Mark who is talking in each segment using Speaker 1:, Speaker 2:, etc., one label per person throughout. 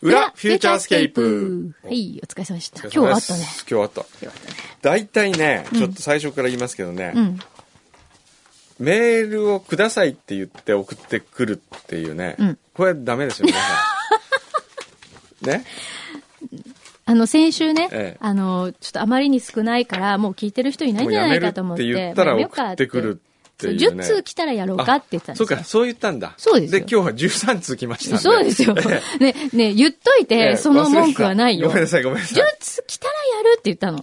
Speaker 1: フューチャースケープ。
Speaker 2: はい、お疲れ様でし
Speaker 1: お疲
Speaker 2: た。
Speaker 1: れ
Speaker 2: 今日
Speaker 1: 様
Speaker 2: はあ
Speaker 1: で
Speaker 2: った
Speaker 1: す
Speaker 2: ね。
Speaker 1: 今日あった。
Speaker 2: 今日はあったね。
Speaker 1: 大体ね、ちょっと最初から言いますけどね、
Speaker 2: うん。
Speaker 1: メールをくださいって言って送ってくるっていうね、
Speaker 2: うん
Speaker 1: これダメですよ、皆さ ん。ね
Speaker 2: あの、先週ね、
Speaker 1: ええ
Speaker 2: あの、ちょっとあまりに少ないから、もう聞いてる人いないんじゃないかと思って。
Speaker 1: もうやめるって言ったら
Speaker 2: まあやめようか
Speaker 1: 送ってくるっていうね
Speaker 2: そう10通来たらやろうかって言ってたんです
Speaker 1: そ
Speaker 2: よ
Speaker 1: うか、そう言ったんだ。
Speaker 2: そうですよ
Speaker 1: 今日は13通来ましたんで。
Speaker 2: そうです よ。ね、ね、言っとい
Speaker 1: え
Speaker 2: て、
Speaker 1: え
Speaker 2: その文句はないよ。
Speaker 1: ごめんなさい、ごめんなさ
Speaker 2: 10
Speaker 1: い。
Speaker 2: 通来たらやるって言ったの。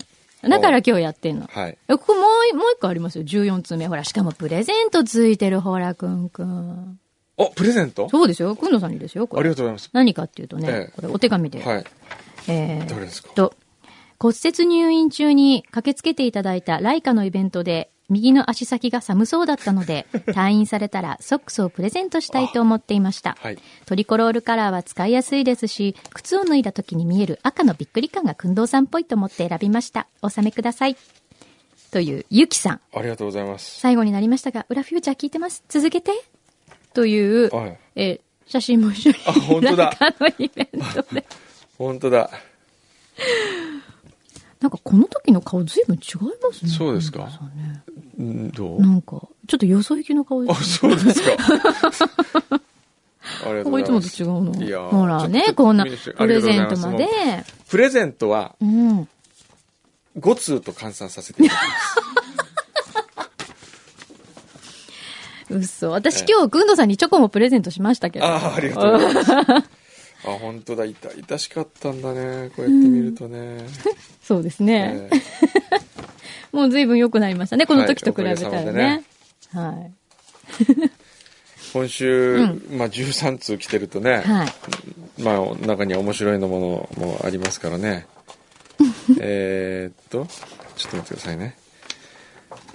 Speaker 2: だから今日やってんの。
Speaker 1: はい。
Speaker 2: えここもう、もう一個ありますよ。14通目。ほら、しかもプレゼントついてる、ほら、くんくん。
Speaker 1: お、プレゼント
Speaker 2: そうですよ。くんのさんにですよ、こ
Speaker 1: ありが
Speaker 2: れ。
Speaker 1: とうございます。
Speaker 2: 何かっていうとね、
Speaker 1: ええ
Speaker 2: これお手紙で。
Speaker 1: はい。
Speaker 2: えー
Speaker 1: どれですか
Speaker 2: と、骨折入院中に駆けつけていただいたライカのイベントで、右の足先が寒そうだったの で、退院されたらソックスをプレゼントしたいと思っていました。
Speaker 1: はい。
Speaker 2: トリコロールカラーは使いやすいですし、靴を脱いだ時に見える赤のびっくり感がくんどうさんっぽいと思って選びました。お納めください。という、ゆきさん。
Speaker 1: ありがとうございます。
Speaker 2: 最後になりましたが、裏フューチャー聞いてます。続けて。という、
Speaker 1: はい
Speaker 2: えー写真も一緒に。
Speaker 1: あ本当 だ
Speaker 2: ライカのイベントで。
Speaker 1: 本当だ。
Speaker 2: なんかこの時の顔ずいぶん違いますね。
Speaker 1: そうですか
Speaker 2: そうね
Speaker 1: うんどう
Speaker 2: なんか、ちょっとよそ行きの顔で
Speaker 1: あ、
Speaker 2: す
Speaker 1: そうですか。 ありがとう
Speaker 2: こ
Speaker 1: ご
Speaker 2: れ
Speaker 1: ざ
Speaker 2: い
Speaker 1: い
Speaker 2: つも
Speaker 1: ま
Speaker 2: と
Speaker 1: す。
Speaker 2: 違う
Speaker 1: いやー
Speaker 2: の。ほら
Speaker 1: ちょっ
Speaker 2: ね、
Speaker 1: と
Speaker 2: こんな
Speaker 1: 見せて
Speaker 2: プレゼントまで
Speaker 1: ありがとうござい。プレゼントは
Speaker 2: うん。
Speaker 1: 5通と換算させていただ きます。
Speaker 2: 嘘。私今日、くんどさんにチョコもプレゼントしましたけど。
Speaker 1: ああ、ありがとうございます。あ、本当だ。痛々しかったんだね。こうやって見るとね。
Speaker 2: そうです
Speaker 1: え
Speaker 2: ね。
Speaker 1: ー
Speaker 2: もう随分良くなりましたね、この時と比べた
Speaker 1: はいおからげさまでね
Speaker 2: ね。はい。
Speaker 1: 今週、
Speaker 2: う
Speaker 1: まあ13通来てるとね、
Speaker 2: はい。
Speaker 1: まあ中には面白いのものもありますからね。えーっと、ちょっと待ってくださいね。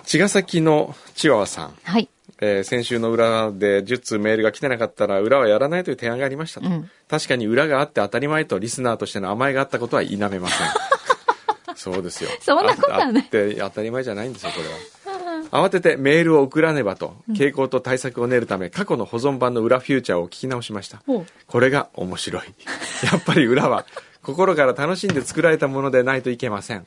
Speaker 1: 茅ヶ崎のチワワさん。
Speaker 2: はい。
Speaker 1: えー先週の裏で10通メールが来てなかったら裏はやらないという提案がありましたと、
Speaker 2: うん
Speaker 1: 確かに裏があって当たり前とリスナーとしての甘えがあったことは否めませ んそうですよ
Speaker 2: そんなことはない
Speaker 1: ああって当たり前じゃないんですよこれは慌ててメールを送らねばと傾向と対策を練るため過去の保存版の裏フューチャーを聞き直しました
Speaker 2: ほう
Speaker 1: これが面白い やっぱり裏は心から楽しんで作られたものでないといけません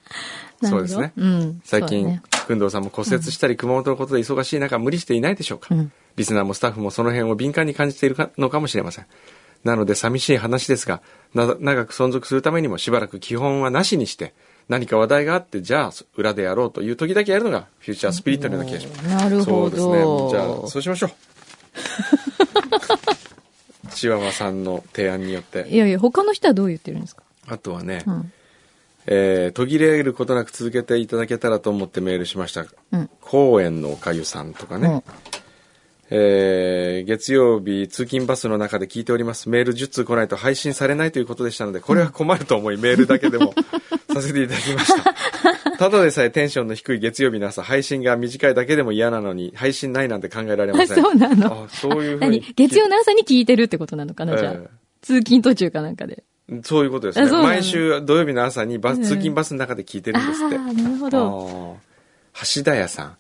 Speaker 1: そ
Speaker 2: なるほ
Speaker 1: う
Speaker 2: ど
Speaker 1: ですね、
Speaker 2: うん
Speaker 1: 最
Speaker 2: そうだ
Speaker 1: 近
Speaker 2: ね
Speaker 1: 工藤さんも骨折したり熊本のことで忙しい中無理していないでしょうか、
Speaker 2: うん
Speaker 1: リスナーもスタッフもその辺を敏感に感じているかのかもしれませんなので寂しい話ですがな長く存続するためにもしばらく基本はなしにして何か話題があってじゃあ裏でやろうという時だけやるのがフューチャースピリットのような気がします
Speaker 2: なる
Speaker 1: そ
Speaker 2: ほど
Speaker 1: うですねじゃあそうしましょう チワワさんの提案によって
Speaker 2: いやいや、他の人はどう言ってるんですか
Speaker 1: あとはね、
Speaker 2: うん。
Speaker 1: えー途切れることなく続けていただけたらと思ってメールしました
Speaker 2: うん。
Speaker 1: 公園のおかゆさんとかね、
Speaker 2: うん
Speaker 1: えー月曜日通勤バスの中で聞いておりますメール10通来ないと配信されないということでしたのでこれは困ると思いメールだけで もさせていただきましたただでさえテンションの低い月曜日の朝配信が短いだけでも嫌なのに配信ないなんて考えられま
Speaker 2: あ
Speaker 1: せん
Speaker 2: そうなの
Speaker 1: あそういうふう
Speaker 2: 何
Speaker 1: に
Speaker 2: 月曜の朝に聞いてるってことなのかな、じゃあ
Speaker 1: ええ。
Speaker 2: 通勤途中かなんかで。
Speaker 1: そういうことですね
Speaker 2: あそうなの
Speaker 1: 毎週土曜日の朝にバス
Speaker 2: うん
Speaker 1: 通勤バスの中で聞いてるんですって、
Speaker 2: ああ、なるほど。
Speaker 1: あー橋田屋さん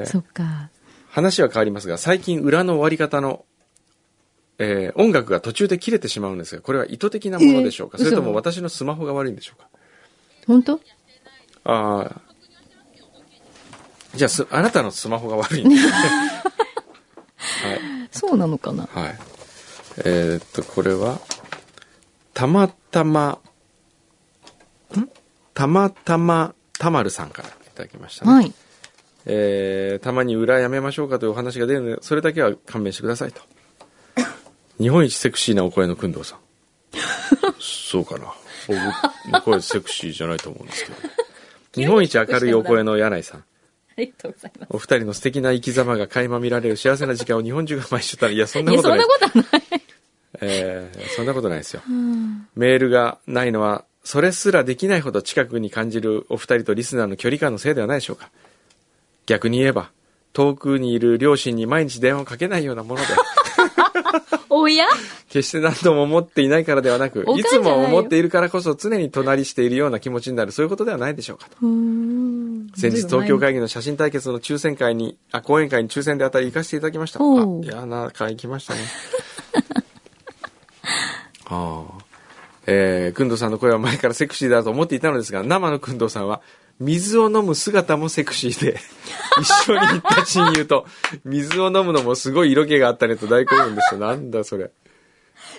Speaker 1: へ
Speaker 2: え
Speaker 1: え
Speaker 2: そっか。
Speaker 1: 話は変わりますが最近裏の終わり方の、えー音楽が途中で切れてしまうんですがこれは意図的なものでしょうか、
Speaker 2: えー
Speaker 1: それとも
Speaker 2: 嘘
Speaker 1: 私のスマホが悪いんでしょうか
Speaker 2: 本当
Speaker 1: ああじゃあすあなたのスマホが悪いん ですね
Speaker 2: そうなのかな
Speaker 1: はいはいえーっとこれはたまたまんたまたまたまるさんからいただきましたね、
Speaker 2: はい。
Speaker 1: えーたまに裏やめましょうかというお話が出るので、それだけは勘弁してくださいと。日本一セクシーなお声の工藤さん。そうかな。僕の声セクシーじゃないと思うんですけど、ね。日本一明るいお声の柳井さん。
Speaker 2: ありがとうございます。
Speaker 1: お二人の素敵な生き様が垣間見られる幸せな時間を日本中が毎週たら、いや、そんない
Speaker 2: や、
Speaker 1: こと
Speaker 2: そ
Speaker 1: なんいで
Speaker 2: な
Speaker 1: す。
Speaker 2: ことはない。
Speaker 1: えーそんなことないですよ。メールがないのは、それすらできないほど近くに感じるお二人とリスナーの距離感のせいではないでしょうか。逆に言えば、遠くにいる両親に毎日電話をかけないようなもので、
Speaker 2: おや
Speaker 1: 決して何度も思っていないからではなく、
Speaker 2: お
Speaker 1: い
Speaker 2: かんじ
Speaker 1: つ
Speaker 2: ゃないよ
Speaker 1: も思っているからこそ常に隣しているような気持ちになる、そういうことではないでしょうかと。先日東京会議の写真対決の抽選会に、あ、講演会に抽選で当 たり行かせていただきました。あ
Speaker 2: おう、
Speaker 1: 嫌な会行きましたね。ああえー、くんどさんの声は前からセクシーだと思っていたのですが、生のくんどさんは、水を飲む姿もセクシ ーで、一緒に行った親友と、水を飲むのもすごい色気があったねと大興奮でした。なんだそれ。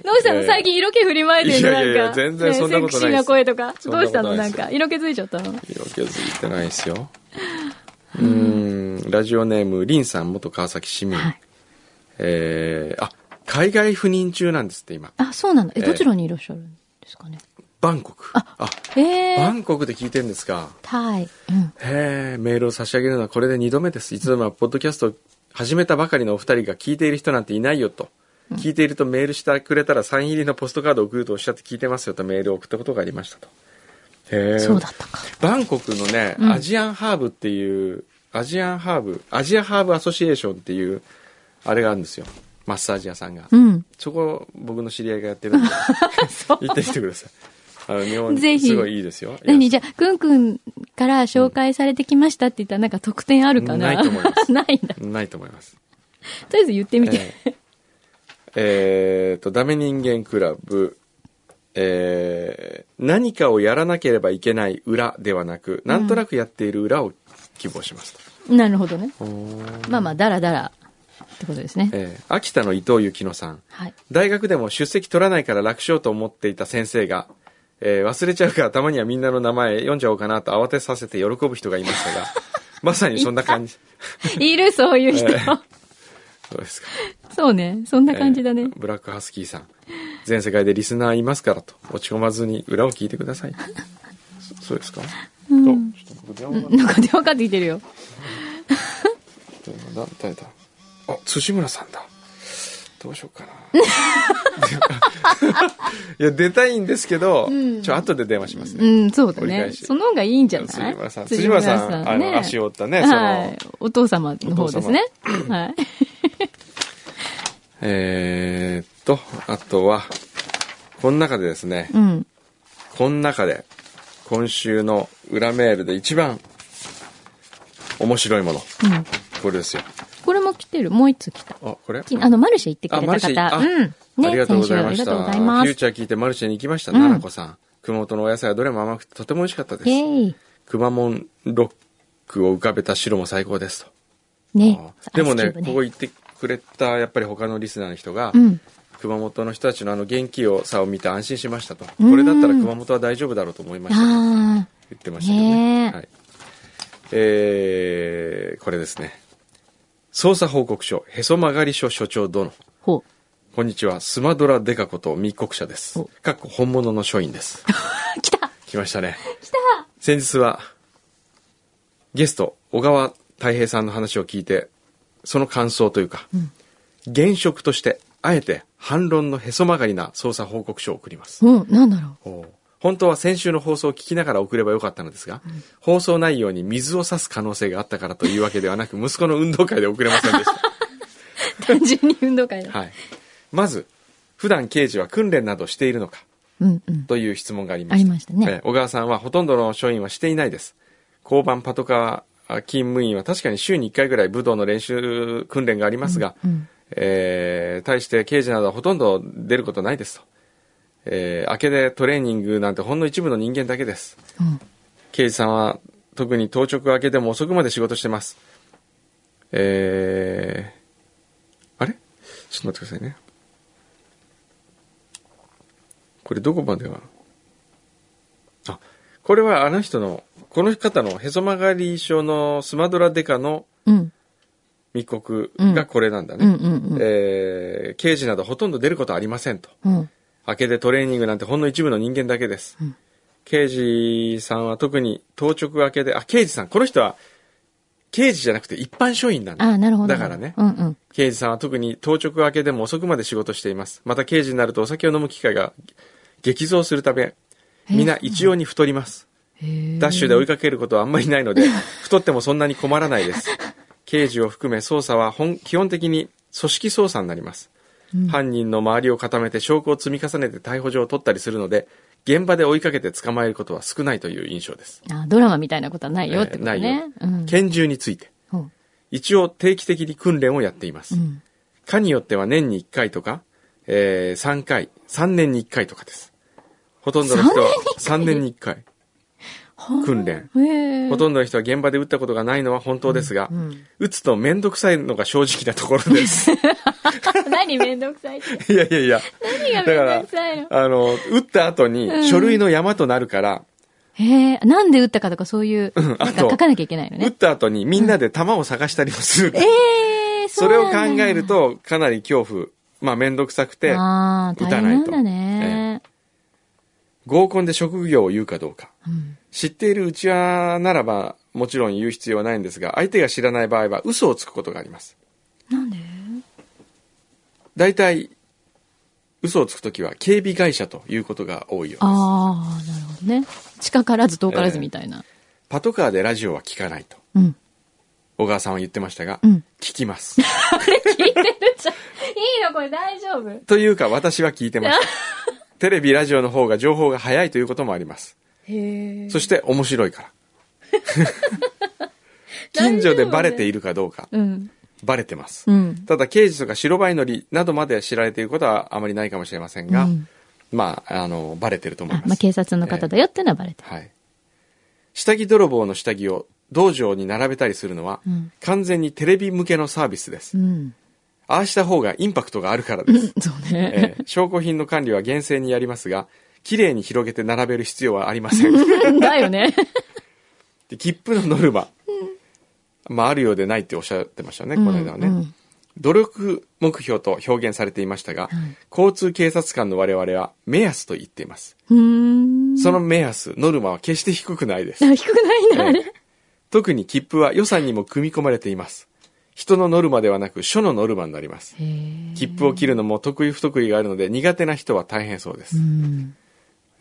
Speaker 2: どうしたの最近色気振りまいてるの
Speaker 1: い
Speaker 2: な
Speaker 1: や
Speaker 2: ん
Speaker 1: い
Speaker 2: か。
Speaker 1: やいや全然そんなことないです
Speaker 2: ねセクシーな声とか。
Speaker 1: そん
Speaker 2: ど
Speaker 1: なことないうで
Speaker 2: し
Speaker 1: す
Speaker 2: たのなんか。色気づいちゃったの
Speaker 1: 色気づいてないですよ。うーん、ラジオネーム、りんさん、元川崎市民。
Speaker 2: はい
Speaker 1: えー、あ、海外赴任中なんですって今。
Speaker 2: あ、そうなの。え、
Speaker 1: ええ
Speaker 2: どちらにいらっしゃるんですかね。
Speaker 1: バンコク。
Speaker 2: あえ
Speaker 1: バ
Speaker 2: ー、
Speaker 1: ンコクで聞いてんですか。
Speaker 2: タイ。うん。
Speaker 1: へえ、メールを差し上げるのはこれで2度目です。いつもはポッドキャストを始めたばかりのお二人が聞いている人なんていないよと。聞いているとメールしてくれたらサイン入りのポストカードを送るとおっしゃって聞いてますよとメールを送ったことがありましたと。へえ。
Speaker 2: そうだったか。
Speaker 1: バンコクのね、
Speaker 2: うん
Speaker 1: アジアンハーブっていう、アジアンハーブ、アジアハーブアソシエーションっていう、あれがあるんですよ。マッサージ屋さんが。
Speaker 2: うん。
Speaker 1: そこ、僕の知り合いがやってるんで、
Speaker 2: そう。
Speaker 1: 行ってきてください。あの、日本、
Speaker 2: ぜひ
Speaker 1: すごいいいですよ。
Speaker 2: 何じ
Speaker 1: ゃ
Speaker 2: ゃあ、くんくんから紹介されてきましたって言ったらなんか特典あるか
Speaker 1: な
Speaker 2: な
Speaker 1: いと思います
Speaker 2: ないんだ。と
Speaker 1: ないと思います。
Speaker 2: りあえず言ってみて。
Speaker 1: えーえーと、ダメ人間クラブ、えー何かをやらなければいけない裏ではなく、なんとなくやっている裏を希望しますと。
Speaker 2: なるほどね。
Speaker 1: おー
Speaker 2: まあまあ、だらだらってことですね。
Speaker 1: えー秋田の伊藤幸乃さん。
Speaker 2: はい。
Speaker 1: 大学でも出席取らないから楽しようと思っていた先生が、えー忘れちゃうからたまにはみんなの名前読んじゃおうかなと慌てさせて喜ぶ人がいましたが、まさにそんな 感じ。
Speaker 2: いる、そういう人。
Speaker 1: えーそうですか。
Speaker 2: そうね。そんな感じだね。
Speaker 1: えーブラックハスキーさん。全世界でリスナーいますからと、落ち込まずに裏を聞いてください。そそうですか、とちょっと僕電話が
Speaker 2: なんか電話かかってきてるよ。
Speaker 1: 電話だ誰だあ、辻村さんだ。どうしよ うかな。いや、出たいんですけど、ちょ、後で電話しますね。
Speaker 2: うん、そうだ
Speaker 1: 折り
Speaker 2: ね。
Speaker 1: 返し
Speaker 2: その方がいいんじゃない
Speaker 1: 辻村さん。辻村さん、あの、足を折ったね、その、
Speaker 2: はい。お父様の方ですね。はい。
Speaker 1: えーっと、あとは、この中でですね、
Speaker 2: うん。
Speaker 1: この中で、今週の裏メールで一番面白いもの、
Speaker 2: うん。
Speaker 1: これですよ。
Speaker 2: これも来てる。もう一つ来た。
Speaker 1: あ、これ
Speaker 2: きあの、マルシェ行ってくれ
Speaker 1: あマルシェ
Speaker 2: た方。
Speaker 1: あ
Speaker 2: うん。
Speaker 1: ありがとうございまし
Speaker 2: 先週ありがとう
Speaker 1: た。
Speaker 2: ございま
Speaker 1: フュー
Speaker 2: す。
Speaker 1: チャー聞いてマルシェに行きました、
Speaker 2: うん
Speaker 1: 奈々子さん。熊本のお野菜はどれも甘くてとても美味しかったで
Speaker 2: へ
Speaker 1: す。
Speaker 2: い。
Speaker 1: くまモンロックを浮かべた白も最高ですと。
Speaker 2: ね
Speaker 1: あ。でも
Speaker 2: ア
Speaker 1: ね、
Speaker 2: イスキューブ
Speaker 1: ここ行ってくれた、やっぱり他のリスナーの人が、
Speaker 2: うん。
Speaker 1: 熊本の人たちのあの元気をさを見て安心しましたと。
Speaker 2: うん
Speaker 1: これだったら熊本は大丈夫だろうと思いましたと
Speaker 2: あ
Speaker 1: 言ってましたけどね。
Speaker 2: ねえ
Speaker 1: はい、えー、これですね。捜査報告書、へそ曲がり署署長殿。
Speaker 2: あ。ほ
Speaker 1: こんにちは、スマドラデカこと密告者です
Speaker 2: お。
Speaker 1: かっこ本物の署員 です。
Speaker 2: う。来た
Speaker 1: 来ましたね。来た先日は、ゲスト、小川太平さんの話を聞いて、その感想というか、現職として、あえて反論のへそ曲がりな捜査報告書を送ります。
Speaker 2: うん、なんだろ
Speaker 1: おう本当は先週の放送を聞きながら送ればよかったのですが、放送内容に水を差す可能性があったからというわけではなく、息子の運動会で送れませんでし
Speaker 2: う。単純に運動会だ。
Speaker 1: た。はい。まず、普段刑事は訓練などしているのか
Speaker 2: うんうん。
Speaker 1: という質問がありま
Speaker 2: あ
Speaker 1: し
Speaker 2: り
Speaker 1: た。
Speaker 2: ましたね
Speaker 1: えー小川さんはほとんどの署員はしていないです。交番パトカーあ勤務員は確かに週に1回ぐらい武道の練習訓練がありますが、
Speaker 2: うん。
Speaker 1: えー対して刑事などはほとんど出ることないですと。えー明けでトレーニングなんてほんの一部の人間だけです。
Speaker 2: うん。
Speaker 1: 刑事さんは特に当直明けでも遅くまで仕事してます。えー、あれちょっと待ってくださいね。これどこまではあ、これはあの人の、この方のへそ曲がり症のスマドラデカの
Speaker 2: うん。
Speaker 1: 密告がこれなんだね。
Speaker 2: うんうんうん
Speaker 1: えー刑事などほとんど出ることありませんと。
Speaker 2: うん。
Speaker 1: 明けでトレーニングなんてほんの一部の人間だけです。
Speaker 2: うん
Speaker 1: 刑事さんは特に当直明けで、あ、刑事さん、この人は刑事じゃなくて一般署員なんだ。
Speaker 2: ああ、なるほど。
Speaker 1: だからね、
Speaker 2: うんうん。
Speaker 1: 刑事さんは特に当直明けでも遅くまで仕事しています。また刑事になるとお酒を飲む機会が激増するため、
Speaker 2: えー
Speaker 1: 皆一様に太ります。
Speaker 2: へえ
Speaker 1: ダッシュで追いかけることはあんまりないので、太ってもそんなに困らないです。刑事を含め捜査は本基本的に組織捜査になります。犯人の周りを固めて証拠を積み重ねて逮捕状を取ったりするので、現場で追いかけて捕まえることは少ないという印象です。
Speaker 2: あドラマみたいなことはないよって
Speaker 1: えー
Speaker 2: こと
Speaker 1: ないよ
Speaker 2: ね。うん。
Speaker 1: 拳銃について。
Speaker 2: うん
Speaker 1: 一応定期的に訓練をやっています。
Speaker 2: うん
Speaker 1: かによっては年に1回とか、えー、3回、3年に1回とかです。ほとんどの人は3年に1回訓練。
Speaker 2: へ え。
Speaker 1: ほとんどの人は現場で打ったことがないのは本当ですが、
Speaker 2: うんうん
Speaker 1: 打つと面倒くさいのが正直なところです。
Speaker 2: 何めんどくさいっ て。
Speaker 1: いやいやいや。
Speaker 2: 何がめんどくさいの
Speaker 1: あの、打った後に書類の山となるから、
Speaker 2: へえ、なんで打ったかとかそういう、なんか
Speaker 1: あと
Speaker 2: 書かなきゃいけないの
Speaker 1: 打っ
Speaker 2: ね。
Speaker 1: た後にみんなで球を探したりもする。
Speaker 2: ええ、
Speaker 1: それを考える
Speaker 2: と
Speaker 1: とかなり恐怖。まあ面倒くさくて、
Speaker 2: ああ、
Speaker 1: 打
Speaker 2: 大
Speaker 1: た
Speaker 2: 変
Speaker 1: な
Speaker 2: ないん
Speaker 1: と
Speaker 2: だね。
Speaker 1: 合コンで職業を言うかどうか。
Speaker 2: うん
Speaker 1: 知っているうちはならばもちろん言う必要はないんですが、相手が知らない場合は嘘をつくことがあります。
Speaker 2: なんで
Speaker 1: 大体、嘘をつくときは警備会社ということが多いようです。
Speaker 2: ああ、なるほどね。近からず遠からずみたいな。
Speaker 1: パトカーでラジオは聞かないと。
Speaker 2: うん。
Speaker 1: 小川さんは言ってましたが、
Speaker 2: うん
Speaker 1: 聞きます。
Speaker 2: 聞いてるじゃん。いいのこれ大丈夫
Speaker 1: というか私は聞いてま した。テレビ、ラジオの方が情報が早いということもあります。
Speaker 2: へえ。
Speaker 1: そして面白い から。 近所でバレているかどうか、
Speaker 2: うん。
Speaker 1: バレてます。
Speaker 2: うん。
Speaker 1: ただ、刑事とか白バイ乗りなどまで知られていることはあまりないかもしれませんが、
Speaker 2: うん
Speaker 1: まあ、あの、バレてると思い
Speaker 2: あ
Speaker 1: ます。
Speaker 2: まあ、警察の方だよっていうのはバレてる。
Speaker 1: はい。下着泥棒の下着を道場に並べたりするのは、
Speaker 2: うん
Speaker 1: 完全にテレビ向けのサービスです。
Speaker 2: うん。
Speaker 1: ああした方がインパクトがあるからです。
Speaker 2: そうね
Speaker 1: え。ー証拠品の管理は厳正にやりますが、綺麗に広げて並べる必要はありません。
Speaker 2: だよね。
Speaker 1: で切符のノルマ、まあ、あるようでないっておっしゃってましたね、この間はね。
Speaker 2: うんうん
Speaker 1: 努力目標と表現されていましたが、交通警察官の我々は目安と言っています。
Speaker 2: うーん。
Speaker 1: その目安、ノルマは決して低くないです。
Speaker 2: あ低くないな、あ
Speaker 1: え
Speaker 2: れ
Speaker 1: え。特に切符は予算にも組み込まれています。人のノルマではなく書のノルマになります。
Speaker 2: へえ。
Speaker 1: 切符を切るのも得意不得意があるので苦手な人は大変そうです。
Speaker 2: うん。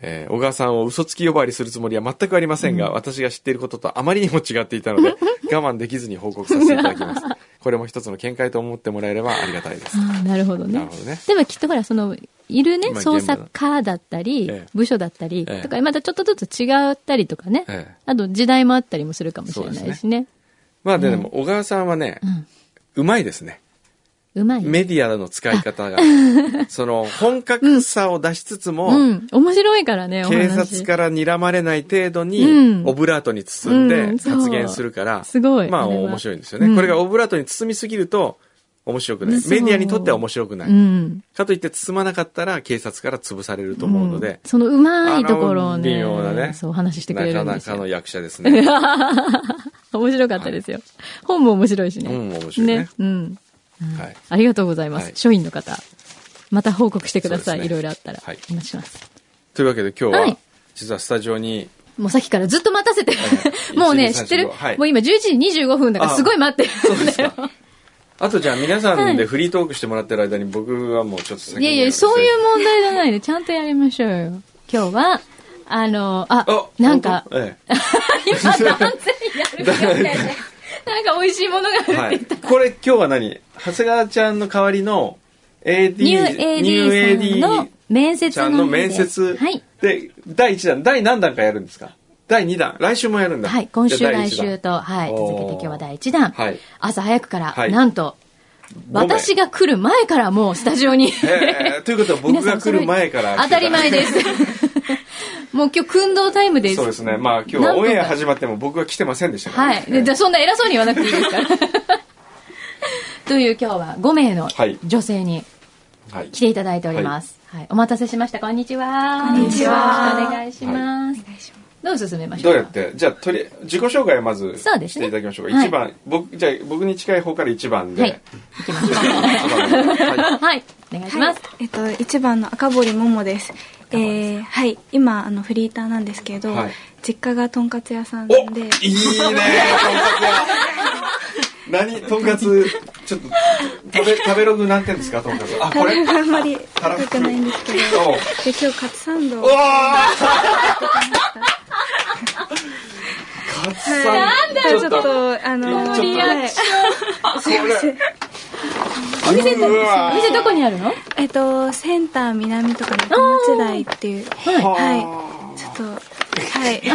Speaker 1: えー小川さんを嘘つき呼ばわりするつもりは全くありませんが、私が知っていることとあまりにも違っていたので、我慢できずに報告させていただき ます。これも一つの見解と思ってもらえればありがたいです。
Speaker 2: ああ、なるほど
Speaker 1: な
Speaker 2: ね
Speaker 1: る。ほどね。
Speaker 2: でもきっとほら、その、いるね、
Speaker 1: まあ
Speaker 2: 捜査課だったり、
Speaker 1: ええ
Speaker 2: 部署だったり、
Speaker 1: ええ
Speaker 2: とか、またちょっとずつ違ったりとかね、
Speaker 1: ええ
Speaker 2: あと時代もあったりもするかもしれないしね。
Speaker 1: まあでも、小川さんはね、うまいですね。
Speaker 2: うまい。
Speaker 1: メディアの使い方 が、その本格さを出しつつも、
Speaker 2: うん。面白いからね、お
Speaker 1: 警
Speaker 2: 話
Speaker 1: 察から睨まれない程度に、
Speaker 2: うん
Speaker 1: オブラートに包ん
Speaker 2: う
Speaker 1: で
Speaker 2: んそう
Speaker 1: 発言するから、
Speaker 2: すごい
Speaker 1: まあ
Speaker 2: あれは
Speaker 1: 面白いんですよね、
Speaker 2: うん
Speaker 1: これがオブラートに包みすぎると面白くない。
Speaker 2: そう
Speaker 1: メディアにとっては面白くない。
Speaker 2: うん。
Speaker 1: かといって包まなかったら警察から潰されると思うので
Speaker 2: ん、そのうまいところを
Speaker 1: あの微
Speaker 2: ね、
Speaker 1: 妙なね
Speaker 2: そうお話ししてくれる
Speaker 1: なんか
Speaker 2: で
Speaker 1: な
Speaker 2: す
Speaker 1: か
Speaker 2: よ。
Speaker 1: の役者ですね。
Speaker 2: 面白かったですよ。本も面白いしね。
Speaker 1: 本も面白いね
Speaker 2: うん。
Speaker 1: はい。
Speaker 2: ありがとうございます。
Speaker 1: はい
Speaker 2: 署員の方。また報告してください。
Speaker 1: そうですね
Speaker 2: いろいろあったら。
Speaker 1: はい
Speaker 2: お願いします。
Speaker 1: というわけで今日は、
Speaker 2: はい
Speaker 1: 実はスタジオに、
Speaker 2: もうさっきからずっと待たせて
Speaker 1: は。い
Speaker 2: もうね、
Speaker 1: 1 2 3 4 5
Speaker 2: 知ってる、
Speaker 1: はい
Speaker 2: もう今11時25分だから
Speaker 1: あ
Speaker 2: すごい待って
Speaker 1: そ
Speaker 2: る
Speaker 1: うんで
Speaker 2: だ
Speaker 1: す か
Speaker 2: よ。。
Speaker 1: あとじゃあ皆さん
Speaker 2: は
Speaker 1: で
Speaker 2: い
Speaker 1: フリートークしてもらってる間に僕はもうちょっと先
Speaker 2: い
Speaker 1: に
Speaker 2: やいや、そういう問題じゃないの。ちゃんとやりましょうよ。今日は、あの、あ
Speaker 1: あ、
Speaker 2: なんか、
Speaker 1: え
Speaker 2: 今断然やるか みたいな。なんか美味しいものがあるって
Speaker 1: え
Speaker 2: 言っ
Speaker 1: は
Speaker 2: て
Speaker 1: い。これ今日は何長谷川ちゃんの代わりの AD、
Speaker 2: ニュー AD さんの面接
Speaker 1: ちゃん
Speaker 2: の
Speaker 1: の
Speaker 2: 日で
Speaker 1: 面接
Speaker 2: はい。
Speaker 1: で第1弾第何弾かやるんですか第2弾来週もやるんだ
Speaker 2: はい。今週
Speaker 1: じゃあ第
Speaker 2: 来
Speaker 1: 一弾
Speaker 2: 週と、はい。
Speaker 1: おー
Speaker 2: 続けて今日は第1弾。
Speaker 1: はい
Speaker 2: 朝早くから、
Speaker 1: はい
Speaker 2: なんと、
Speaker 1: ごめん
Speaker 2: 私が来る前からもうスタジオに。
Speaker 1: えーということは僕が来る前から
Speaker 2: 当たり前です。 もう今日、訓導タイムです。
Speaker 1: そうですねまあ今日はオンエア始まっても僕は来てませんでしたから、
Speaker 2: は
Speaker 1: ね
Speaker 2: い。でじゃあそんな偉そうに言わなくていいですから。 という今日は5名の
Speaker 1: はい
Speaker 2: 女性に
Speaker 1: はい
Speaker 2: 来ていただいております。はい。お待たせしました。こんにちは。こん
Speaker 3: にちは
Speaker 2: お願いします。どう進めまし
Speaker 1: ど
Speaker 2: ょう
Speaker 1: う
Speaker 2: か
Speaker 1: やってじゃあとり自己紹介をまず
Speaker 2: そうで
Speaker 1: し
Speaker 2: すね
Speaker 1: ていただきましょうか
Speaker 2: はい
Speaker 1: 一番僕じゃあ僕に近い方から1番で、
Speaker 2: はい
Speaker 1: 行きましょうは
Speaker 2: はい。お願いします。
Speaker 3: えっと、一番の赤堀桃です。えー、はい、今、あの、フリーターなんですけど、
Speaker 1: はい
Speaker 3: 実家がとんかつ屋さん
Speaker 1: い、お
Speaker 3: で、
Speaker 1: いいねとんかつ屋何とんかつちょっと食べ食べログ何点ですかとんかつあこ
Speaker 3: 食べ
Speaker 1: れ
Speaker 3: があんまり高くないんですけど、
Speaker 1: おう
Speaker 3: で、今日カツサンド
Speaker 1: う
Speaker 3: を買っ
Speaker 1: わー
Speaker 3: てきました。
Speaker 1: カツさん
Speaker 3: はいちょっと、あの、
Speaker 1: ちょっとリアク
Speaker 3: ション。
Speaker 1: こ れ
Speaker 2: お店ど、
Speaker 1: うわ
Speaker 2: お店どこにあるのは
Speaker 3: えっと、センター南とか中町台っていう、
Speaker 2: い。
Speaker 3: はい。ちょっと、はい。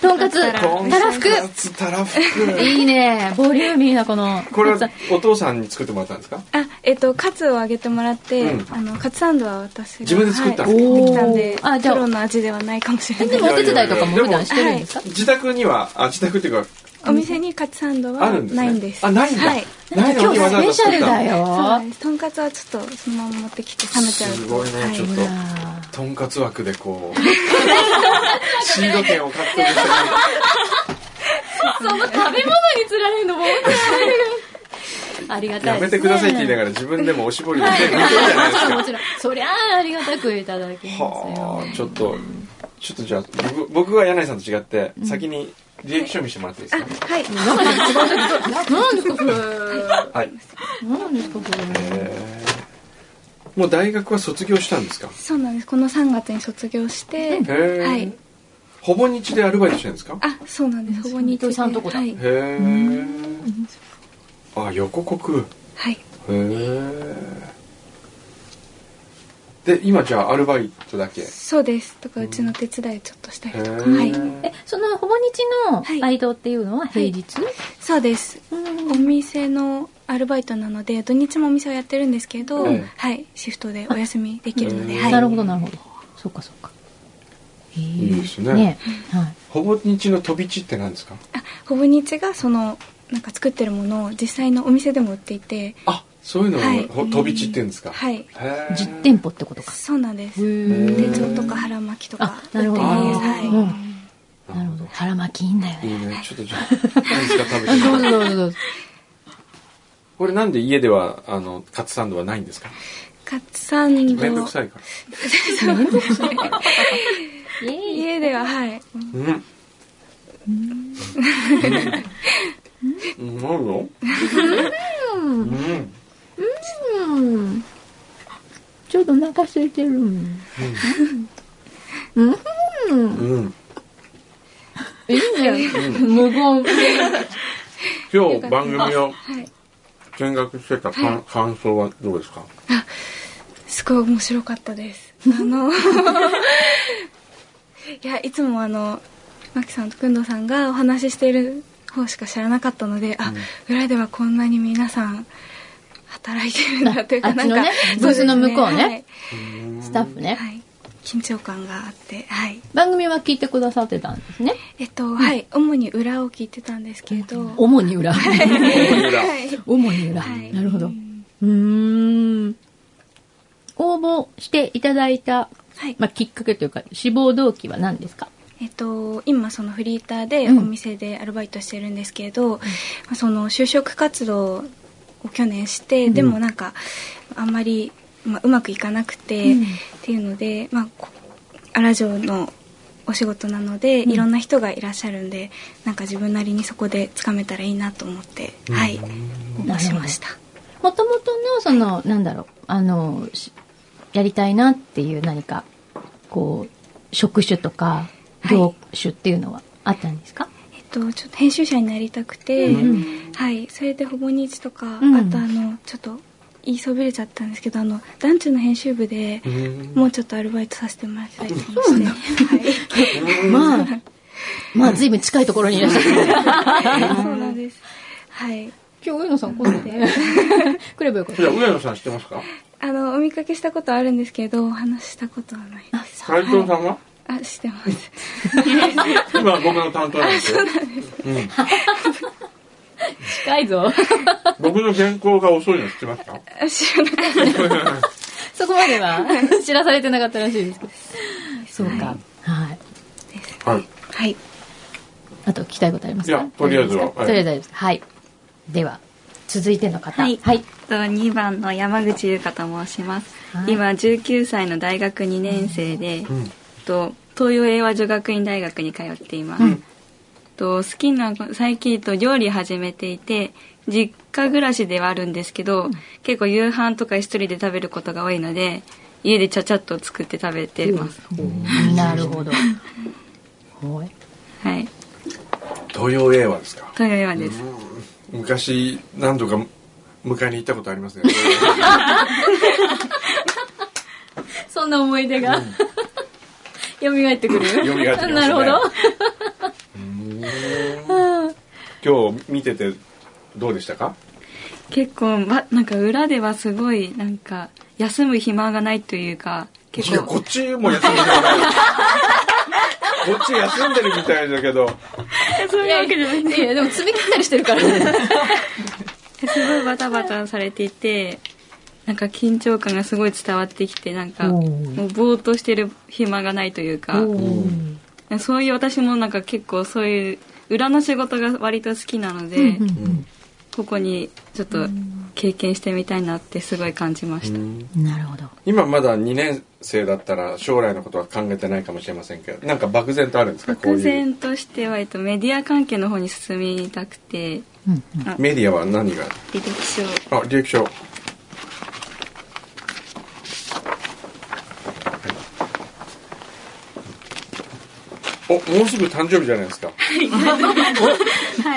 Speaker 2: とんかつ、
Speaker 3: とんかつ
Speaker 2: たらふく。
Speaker 1: つたらふく
Speaker 2: いいね。ボリューミーなこの。
Speaker 1: これはお父さんに作ってもらったんですか
Speaker 3: あ、えっと、カツをあげてもらって、
Speaker 1: うん
Speaker 3: あの、カツサンドは私が。
Speaker 1: 自分で作った
Speaker 3: は
Speaker 1: の
Speaker 3: い、
Speaker 2: おー
Speaker 3: できたんで、
Speaker 2: あじゃあ
Speaker 3: プロの味ではないかもしれな
Speaker 2: で
Speaker 3: い。
Speaker 2: もお手伝いとかも普段してるんですか
Speaker 1: 自宅にはあ自宅っていうか
Speaker 3: お店にカツサンド
Speaker 1: あ
Speaker 3: は
Speaker 1: るんです、ね、
Speaker 3: ないんです。
Speaker 1: あないんだ、
Speaker 3: はい。
Speaker 1: ないのに
Speaker 2: 今日
Speaker 1: わざわざ
Speaker 2: スペシ
Speaker 1: 作っ
Speaker 2: ャル
Speaker 1: た
Speaker 2: だよ。
Speaker 3: そうなんです。とんかつはちょっとそのまま持ってきて冷めちゃうと。
Speaker 1: すごいね
Speaker 3: は
Speaker 1: ちょっ
Speaker 2: ほ
Speaker 1: と
Speaker 2: ら
Speaker 1: とんかつ枠でこうシード権を獲得して
Speaker 2: その食べ物につられるのもありがたい
Speaker 1: やめてくださいって言いなが
Speaker 2: ら。
Speaker 1: ら自分でもおしぼりで手抜いてるじゃないですか
Speaker 2: もちろん。そりゃあありがたくいただきますよ
Speaker 1: は。あちょっとちょっとじゃあ僕僕は柳井さんと違って先に履歴書見してもらっていいですか、
Speaker 3: あ、はい。
Speaker 2: なんかね違うなんですかこれ。な
Speaker 1: はい
Speaker 2: んですかこれ。
Speaker 1: えーもう大学は卒業したんですか
Speaker 3: そうなんです。この3月に卒業して、
Speaker 1: へえ、
Speaker 3: はい。
Speaker 1: ほぼ日でアルバイトしてるんですか
Speaker 3: あ、そうなんです。ほぼ日
Speaker 2: 糸井さんとこだ
Speaker 3: はい。
Speaker 1: へえあ横国
Speaker 3: はい。
Speaker 1: へえで今じゃあアルバイトだけへ
Speaker 3: そうです。とか、うちの手伝いをちょっとしたりとか。
Speaker 1: ー
Speaker 3: はい。
Speaker 2: え、そのほぼ日
Speaker 3: は
Speaker 2: の
Speaker 3: い
Speaker 2: バイトっていうのは平日？
Speaker 3: そうです。
Speaker 2: うん
Speaker 3: お店のアルバイトなので土日もお店をやってるんですけど、
Speaker 1: うん
Speaker 3: はいシフトでお休みできるので、
Speaker 1: うん
Speaker 3: はい、
Speaker 2: なるほどなるほど。そっかそっか。へえ
Speaker 1: いいですね
Speaker 2: はい。
Speaker 1: ほぼ日の飛び地って何ですか
Speaker 3: あほぼ日がそのなんか作ってるものを実際のお店でも売っていて
Speaker 1: あそういうの
Speaker 3: はい
Speaker 1: をほ飛び地って言うんですか、
Speaker 3: はい
Speaker 1: へえ
Speaker 2: 実店舗ってことか。
Speaker 3: そうなんです
Speaker 1: ー
Speaker 3: 手
Speaker 1: でちょっ
Speaker 3: 帳とか腹巻きとか
Speaker 2: あ、な
Speaker 3: 売って
Speaker 2: る
Speaker 3: い
Speaker 2: ほ
Speaker 3: て
Speaker 2: ど。う
Speaker 3: は
Speaker 2: ん
Speaker 3: い
Speaker 2: なるほど。腹巻きいいんだよ
Speaker 1: いい
Speaker 2: ね。
Speaker 1: ねちょっとじゃあ何ですか食べてみ
Speaker 2: どう
Speaker 1: て
Speaker 2: ぞ どうぞどうぞ。
Speaker 1: これなんで家ではあのカツサンドはないんですか
Speaker 3: カツサン
Speaker 1: 面
Speaker 3: ド
Speaker 1: 倒くさいから
Speaker 2: イエイ
Speaker 3: 家でははい
Speaker 1: うんうんうまいようん
Speaker 2: うん ちょっとお腹空いてる。うん。うん。
Speaker 1: うん
Speaker 2: いいね。無言。
Speaker 1: 今日番組を
Speaker 3: はい
Speaker 1: 見学してた感,、感想はどうですか
Speaker 3: すごい面白かったです。あ のいやいつもあのマキさんとくんどさんがお話ししている方しか知らなかったので、あ裏ではこんなに皆さん働いてるんだという
Speaker 2: ああ
Speaker 3: か
Speaker 2: っ
Speaker 3: な
Speaker 2: ち
Speaker 3: ん
Speaker 2: の
Speaker 3: か
Speaker 2: ねブースの向こうね
Speaker 3: はい
Speaker 2: スタッフね。
Speaker 3: はい、緊張感があってはい
Speaker 2: 番組は聞いてくださってたんですね。
Speaker 3: えっと、はい主に裏を聞いてたんですけど、は
Speaker 2: 主に 裏。
Speaker 3: い
Speaker 2: 主に裏。
Speaker 3: はい
Speaker 2: なるほど。うーん。応募していただいた、
Speaker 3: はい
Speaker 2: まあ、きっかけというか、志望動機は何ですか
Speaker 3: えっと、今そのフリーターで
Speaker 2: う
Speaker 3: お
Speaker 2: ん
Speaker 3: 店でアルバイトしてるんですけど、まあその就職活動を去年して、でもなんかあんまり、まあ、うまくいかなくて、
Speaker 2: うん
Speaker 3: っていうので、まあこ、アラジオのお仕事なので、
Speaker 2: うん
Speaker 3: いろんな人がいらっしゃるんでなんか自分なりにそこでつかめたらいいなと思って、はい応募しました。
Speaker 2: もともとの、その、なんだろう、あの、しやりたいなっていう何か、こう、職種とか、
Speaker 3: はい
Speaker 2: 業種っていうのはあったんですか、
Speaker 3: えっと、ちょっと編集者になりたくて、
Speaker 2: うん
Speaker 3: はい、それでほぼ日とか、
Speaker 2: うん
Speaker 3: あとあのちょっと言いそびれちゃったんですけどあの団地の編集部でもうちょっとアルバイトさせてもらったりと かして、はい、
Speaker 2: まあ、まあ、随分近いところにいらっ しゃる。
Speaker 3: そうなんですはい
Speaker 2: 今日、上野さん来ない で。来ればよかっ
Speaker 1: じゃあ上野さん知ってますか
Speaker 3: あのお見かけしたことあるんですけどお話ししたことはないです
Speaker 1: 斉藤さんは
Speaker 3: あ知ってます
Speaker 1: 今僕の担当なんですようん
Speaker 2: た。近いぞ。
Speaker 1: 僕の原稿が遅いの知ってますか
Speaker 3: あ知らない
Speaker 2: そこまでは 知らされてなかったらしいですけど。そうか。はい。
Speaker 1: はい
Speaker 3: はい
Speaker 2: あと聞きたいことありますか
Speaker 1: いやとりあえずは
Speaker 2: とりあえず大丈夫ですかはい。では、続いての方。
Speaker 4: はい
Speaker 2: はい。
Speaker 4: と2番の山口優香と申します、
Speaker 2: はい
Speaker 4: 今19歳の大学2年生で、
Speaker 1: うん
Speaker 4: と東洋英和女学院大学に通っています、
Speaker 2: うん
Speaker 4: と好きな最近と料理始めていて実家暮らしではあるんですけど、結構夕飯とか一人で食べることが多いので家でちゃちゃっと作って食べてます、
Speaker 2: なるほど。はい。
Speaker 4: はい
Speaker 1: 東洋英和ですか
Speaker 4: 東洋英和です、
Speaker 1: 昔何度か迎えに行ったことありますね
Speaker 2: そんな思い出が。
Speaker 3: 蘇って
Speaker 1: 蘇ってき
Speaker 3: くる
Speaker 1: ましたね
Speaker 3: なるほど。
Speaker 1: 今日見ててどうでしたか
Speaker 3: 結構、ば、なんか裏ではすごい、なんか、休む暇がないというか、
Speaker 1: い
Speaker 3: 結
Speaker 1: やこ
Speaker 3: 構、
Speaker 1: っちも休んでるこっち休んでるみたいだけど
Speaker 3: 休むわけじゃない。
Speaker 2: いや、でも爪切ったりしてるからね。
Speaker 3: すごいバタバタされていて、なんか緊張感がすごい伝わってきて、なんか、も
Speaker 2: お
Speaker 3: う
Speaker 2: ー
Speaker 3: ぼーっとしてる暇がないというか、そういう私もなんか結構そういう、裏の仕事が割と好きなので、ここにちょっと経験してみたいなってすごい感じました。
Speaker 2: なるほど。
Speaker 1: 今まだ2年生だったら将来のことは考えてないかもしれませんけどなんか漠然とあるんですかこういう
Speaker 3: 漠然としては、えっと、メディア関係の方に進みたくて
Speaker 2: うん
Speaker 1: メディアは何が
Speaker 3: 履歴書
Speaker 1: あ履歴書おもうすぐ誕生日じゃないですか
Speaker 3: は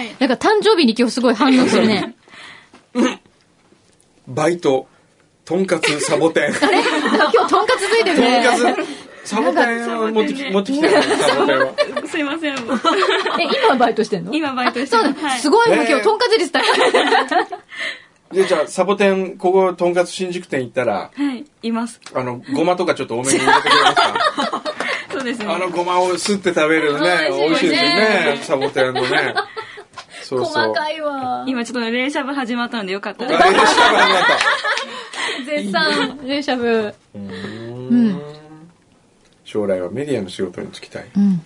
Speaker 3: い
Speaker 2: なんか誕生日に今日すごい反応するね。
Speaker 1: バイトとんかつサボテン
Speaker 2: 今日とんかつついてる
Speaker 1: とん
Speaker 2: ね。
Speaker 1: かつサボテンを持ってき持ってきてるサボテンは
Speaker 3: すいません もう
Speaker 2: え、今バイトしてんの
Speaker 3: 今バイトして
Speaker 2: そうだ、
Speaker 3: はい
Speaker 2: すごいね、
Speaker 1: ね
Speaker 2: 今日とんかつ率高い。
Speaker 1: でじゃあサボテンこことんかつ新宿店行ったら
Speaker 3: はいいます
Speaker 1: あのごまとかちょっと多めに入れてくれますか
Speaker 3: そうですね
Speaker 1: あのごまをすって食べるね、美
Speaker 2: 美
Speaker 1: 味
Speaker 2: 味
Speaker 1: しい
Speaker 2: しい
Speaker 1: ですよ
Speaker 2: ね
Speaker 1: ね、サボテンのね。そうそう。
Speaker 2: 細かいわ。
Speaker 3: 今ちょっと冷しゃぶ始まったのでよかっ
Speaker 1: あ
Speaker 3: たら
Speaker 1: れでしたかあなた
Speaker 2: 絶賛、レーシャブ。
Speaker 1: 将来はメディアの仕事に就きたい。
Speaker 2: うん。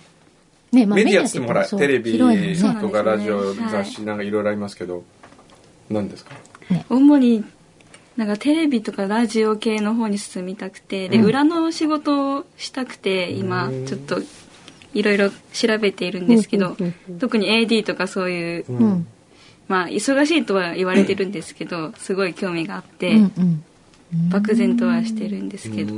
Speaker 2: ね、まあ
Speaker 1: メディアっつってもほら、
Speaker 2: そう
Speaker 1: テレビ
Speaker 2: 広いもんね
Speaker 3: そうなん
Speaker 1: と
Speaker 3: です
Speaker 1: かラ
Speaker 3: よね
Speaker 1: ジオ、
Speaker 3: はい
Speaker 1: 雑誌なんかいろいろありますけど、何ですか
Speaker 3: 主になんかテレビとかラジオ系の方に進みたくてで、裏の仕事をしたくて今ちょっといろいろ調べているんですけど特に AD とかそういう
Speaker 1: う
Speaker 2: うんん。
Speaker 3: まあ忙しいとは言われてるんですけどすごい興味があっ
Speaker 2: う
Speaker 3: て、
Speaker 2: んうん。
Speaker 3: 漠然とはしてるんですけど、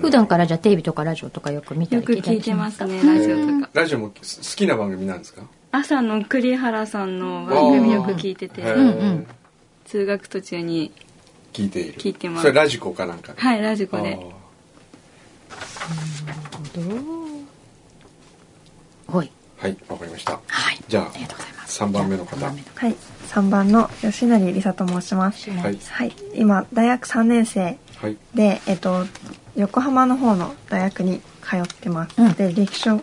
Speaker 2: 普段からじゃあテレビとかラジオとかよく見た
Speaker 3: よ
Speaker 2: り
Speaker 3: く
Speaker 2: 聞いた
Speaker 3: 聞
Speaker 2: り
Speaker 3: いてますね
Speaker 2: し
Speaker 3: ラジオとか
Speaker 1: ラジオも好きな番組なんですか
Speaker 3: 朝の栗原さんの番組よく聞いてて
Speaker 1: へー
Speaker 2: うんうん
Speaker 3: 通学途中に
Speaker 1: 聞いている。
Speaker 3: 聞いてます
Speaker 1: それラジコかなんかで。
Speaker 3: はいラジコで
Speaker 1: あ
Speaker 2: ますは
Speaker 1: ー
Speaker 2: い。
Speaker 1: はい、わかりました。
Speaker 2: はい。
Speaker 1: じゃ
Speaker 2: ありがとうございます。
Speaker 1: 3番目の方
Speaker 2: じゃあ三番目の
Speaker 5: はい、3番の吉成梨沙と申します。
Speaker 1: あ、はい。
Speaker 5: はい、今大学3年生
Speaker 1: はい。
Speaker 5: で、えっと横浜の方の大学に通ってます。
Speaker 2: うん
Speaker 5: で、履歴書持っ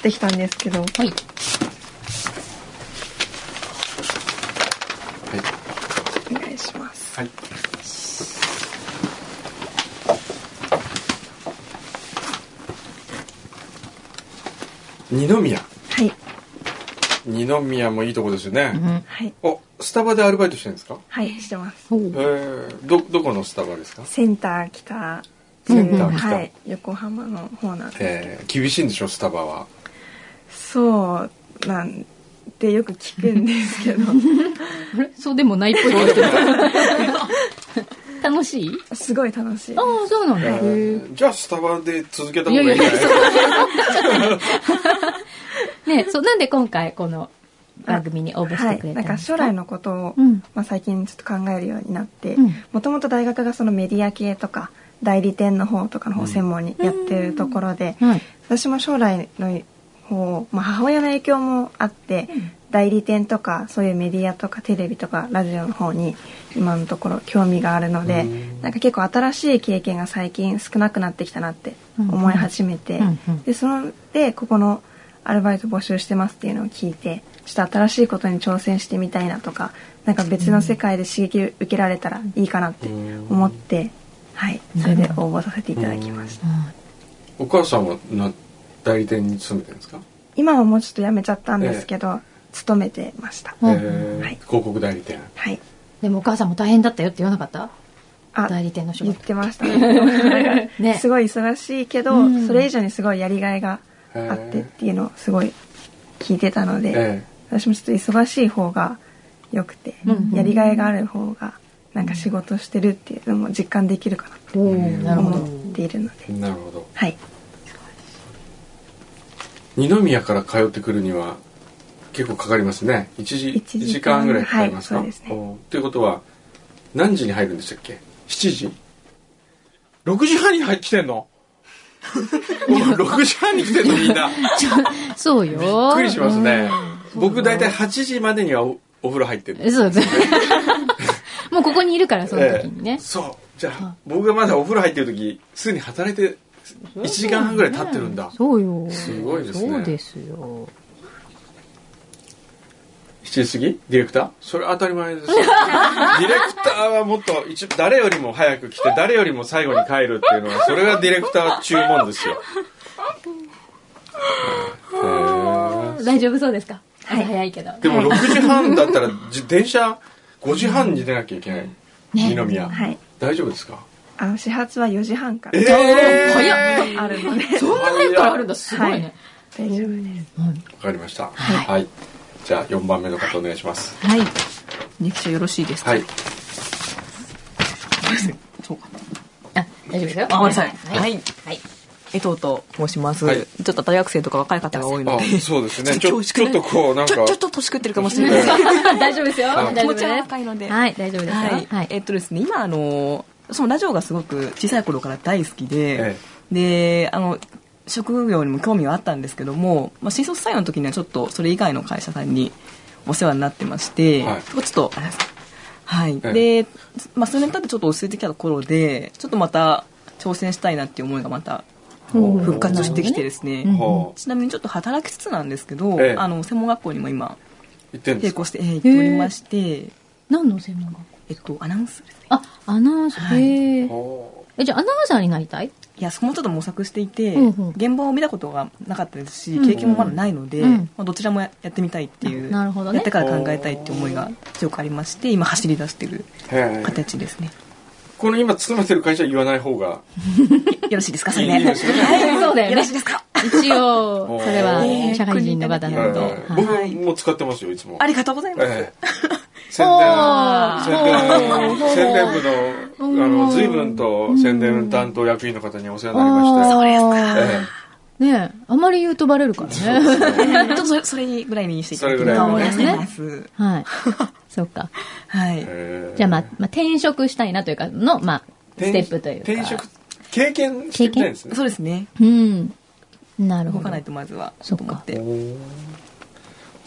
Speaker 5: てきたんですけど、
Speaker 2: はい。
Speaker 1: はい。
Speaker 5: お願いします。
Speaker 1: はい。二宮。
Speaker 5: はい、
Speaker 1: 二宮もいいとこですよね。
Speaker 2: う
Speaker 5: はい、
Speaker 1: お、スタバでアルバイトしてるんですか。
Speaker 5: はい、してます。
Speaker 2: ん。
Speaker 1: えー、ど、どこのスタバですか。
Speaker 5: センター北
Speaker 1: センター北
Speaker 5: はい、横浜の方なんで。
Speaker 1: えー、厳しいんでしょスタバは。
Speaker 5: そうなんでよく聞くんですけ ど、
Speaker 2: あれそうでもないっぽいけど。楽しい
Speaker 5: すごい楽しい
Speaker 2: あ。あ、そうなん
Speaker 1: え
Speaker 2: だ。へー
Speaker 1: ー、じゃあスタバで続けた方がいいんじゃない
Speaker 2: いやいやねそう、なんで今回この番組に応募してくれ
Speaker 5: は
Speaker 2: た
Speaker 5: い、なん
Speaker 2: んで
Speaker 5: か
Speaker 2: す
Speaker 5: 将
Speaker 2: か
Speaker 5: 来のことを、
Speaker 2: うん
Speaker 5: まあ、最近ちょっと考えるようになって
Speaker 2: うん
Speaker 5: もともと大学がそのメディア系とか代理店の方とかの方を専門にやってるところで、
Speaker 2: はい。
Speaker 5: 私も将来の方、まあ、母親の影響もあって、代理店とかそういうメディアとかテレビとかラジオの方に今のところ興味があるので、
Speaker 1: うん
Speaker 5: なんか結構新しい経験が最近少なくなってきたなって思い始めて、
Speaker 2: うんうん
Speaker 5: でそのでここのアルバイト募集してますっていうのを聞いてちょっと新しいことに挑戦してみたいなとかなんか別の世界で刺激を受けられたらいいかなって思って、はいそれで応募させていただきました。
Speaker 1: お母さんはな代理店に勤めてるんですか。
Speaker 5: 今はもうちょっと辞めちゃったんですけど、勤めてました、
Speaker 2: うん
Speaker 1: え
Speaker 2: う
Speaker 1: ー
Speaker 2: ん
Speaker 5: はい
Speaker 1: 広告代理店。
Speaker 5: はい
Speaker 2: でもお母さんも大変だったよって言わなかった
Speaker 5: あ
Speaker 2: 代理店の仕
Speaker 5: 言っ
Speaker 2: 事。
Speaker 5: てましたね
Speaker 2: ね
Speaker 5: すごい忙しいけど、
Speaker 2: うん
Speaker 5: それ以上にすごいやりがいがあって
Speaker 1: へえ
Speaker 5: っていうのをすごい聞いてたので、
Speaker 1: え
Speaker 5: 私もちょっと忙しい方が良くて、
Speaker 2: うん
Speaker 5: やりがいがある方がなんか仕事してるっていうのも実感できるかな
Speaker 2: おーな
Speaker 5: と
Speaker 2: るほど。
Speaker 5: 思っているので
Speaker 1: ー、なるほど。
Speaker 5: はい
Speaker 1: 二宮から通ってくるには結構かかりますね1時
Speaker 5: 一時間
Speaker 1: 一時間ぐらいかかりますか、
Speaker 5: はいそうですね
Speaker 1: おーということは何時に入るんでしたっけ7時6時半に入ってきてん のお前6時半に来てんのみんなびっ
Speaker 2: そうよ。び
Speaker 1: くりしますね僕大体8時までにはおお風呂入ってる
Speaker 2: そうですね。 もうここにいるから、その時にね。
Speaker 1: そうじゃあ僕がまだお風呂入ってる時すでに働いて1時間半ぐらい経ってるんだ
Speaker 2: そうよ。
Speaker 1: すごいですね
Speaker 2: そうですよ。
Speaker 1: 7時過ぎディレクターそれ当たり前 ですよディレクターはもっと一誰よりも早く来て誰よりも最後に帰るっていうのはそれがディレクター注文です よへー
Speaker 2: 大丈夫そうですか朝早いけど。
Speaker 1: でも6時半だったらじ電車5時半に出なきゃいけない二宮、
Speaker 5: はい
Speaker 1: 大丈夫ですか
Speaker 5: あの始発は4時半から
Speaker 1: えー、
Speaker 2: 早
Speaker 5: あるので
Speaker 2: そんな早くからあるんだ、すごい
Speaker 5: は
Speaker 2: ね
Speaker 5: い。大丈夫です
Speaker 1: わかりましたはい、じゃあ4番目の方お願いします
Speaker 6: はい。ネクショよろしいですか。
Speaker 1: はい
Speaker 6: そうか。
Speaker 2: あ、大丈夫ですよ。
Speaker 6: あ、ごめんなさい。
Speaker 2: は。
Speaker 6: はいい。江藤と申します。
Speaker 1: はい
Speaker 6: ちょっと大学生とか若い方が多いの
Speaker 1: あ
Speaker 6: で。
Speaker 1: そうですねち
Speaker 6: ちょ
Speaker 1: ょ
Speaker 6: っと恐
Speaker 1: ちょ
Speaker 6: 縮
Speaker 1: っ
Speaker 6: で
Speaker 1: とこうなん
Speaker 6: ち
Speaker 1: か
Speaker 6: ょ、ちょっと年食ってるかもしれないです
Speaker 2: 大丈夫ですよ。
Speaker 1: あ
Speaker 2: 大丈
Speaker 6: 気
Speaker 2: 夫
Speaker 6: 持
Speaker 2: で
Speaker 6: ち
Speaker 2: す。
Speaker 6: は若いので。
Speaker 2: はい、大丈夫ですよ。
Speaker 6: はい、
Speaker 2: はい
Speaker 6: え。っとですね今あのそのラジオがすごく小さい頃から大好きで
Speaker 1: え、
Speaker 6: であの職業にも興味はあったんですけども、まあ、新卒採用の時にはちょっとそれ以外の会社さんにお世話になってまして、
Speaker 1: はい
Speaker 6: そこちょっとあれですはい、
Speaker 1: え
Speaker 6: で、まあ、数年経ってちょっと落ち着いてきたところでちょっとまた挑戦したいなっていう思いがまた
Speaker 1: お
Speaker 6: 復活してきてですね、
Speaker 2: うん
Speaker 1: はあ
Speaker 6: ちなみにちょっと働きつつなんですけど、
Speaker 1: ええ
Speaker 6: あの専門学校にも今
Speaker 1: 言ってんで
Speaker 6: 並
Speaker 1: すか
Speaker 6: 行して、ええ行っておりまして、
Speaker 2: 何の専門学校
Speaker 6: えっとアナウンスですね
Speaker 2: あ、アナウンサ
Speaker 6: はい
Speaker 2: ー。へー
Speaker 1: はあ
Speaker 2: え、じゃあアナウンサーになりたい
Speaker 6: いやそこもちょっと模索していて、
Speaker 2: うんうん
Speaker 6: 現場を見たことがなかったですし、
Speaker 2: うん
Speaker 6: 経験もまだないので、
Speaker 2: うん
Speaker 6: まあ、どちらもややってみたいっていう
Speaker 2: なるほどね
Speaker 6: やってから考えたいっていう思いが強くありまして今走り出してる
Speaker 1: へえ
Speaker 6: 形ですね、
Speaker 1: この今勤めてる会社は言わない方が
Speaker 6: よろしいですかそ
Speaker 1: い
Speaker 6: れ
Speaker 1: い
Speaker 6: ね
Speaker 1: ですよね
Speaker 2: そうだ
Speaker 6: よ
Speaker 2: よ
Speaker 6: ろ
Speaker 2: ね
Speaker 6: しい。ですか
Speaker 2: 一応、それ
Speaker 1: え
Speaker 2: は
Speaker 6: ー
Speaker 2: 社会人の方なの
Speaker 6: ど
Speaker 2: で。
Speaker 6: う
Speaker 1: はい
Speaker 2: はい
Speaker 6: はい
Speaker 1: 僕も使ってますよいつも
Speaker 6: ありがとうございます、
Speaker 1: ええ宣
Speaker 2: お
Speaker 1: 伝
Speaker 2: ー
Speaker 1: 宣伝宣伝部のあ
Speaker 2: お
Speaker 1: の
Speaker 2: ー
Speaker 1: 随分と宣伝担当役員の方にお世話になりまして
Speaker 2: あー
Speaker 1: え
Speaker 2: ねえあまり言うとバレるからね。
Speaker 6: ちょっとそれそれぐらいにしていただけ
Speaker 1: それぐらいの
Speaker 6: と
Speaker 1: ね
Speaker 6: 思います
Speaker 2: はい。そうか。
Speaker 6: はい、
Speaker 1: えええ
Speaker 2: じゃあ、まあ、まあ、転職したいなというか、の、まあ、ステップというか。
Speaker 1: 転職経験してみたいですね
Speaker 6: そうですね
Speaker 2: うん。なるほ
Speaker 6: 動か
Speaker 2: ど
Speaker 6: な。いとまずは
Speaker 2: そ
Speaker 6: と
Speaker 2: っか
Speaker 6: 思って
Speaker 1: おー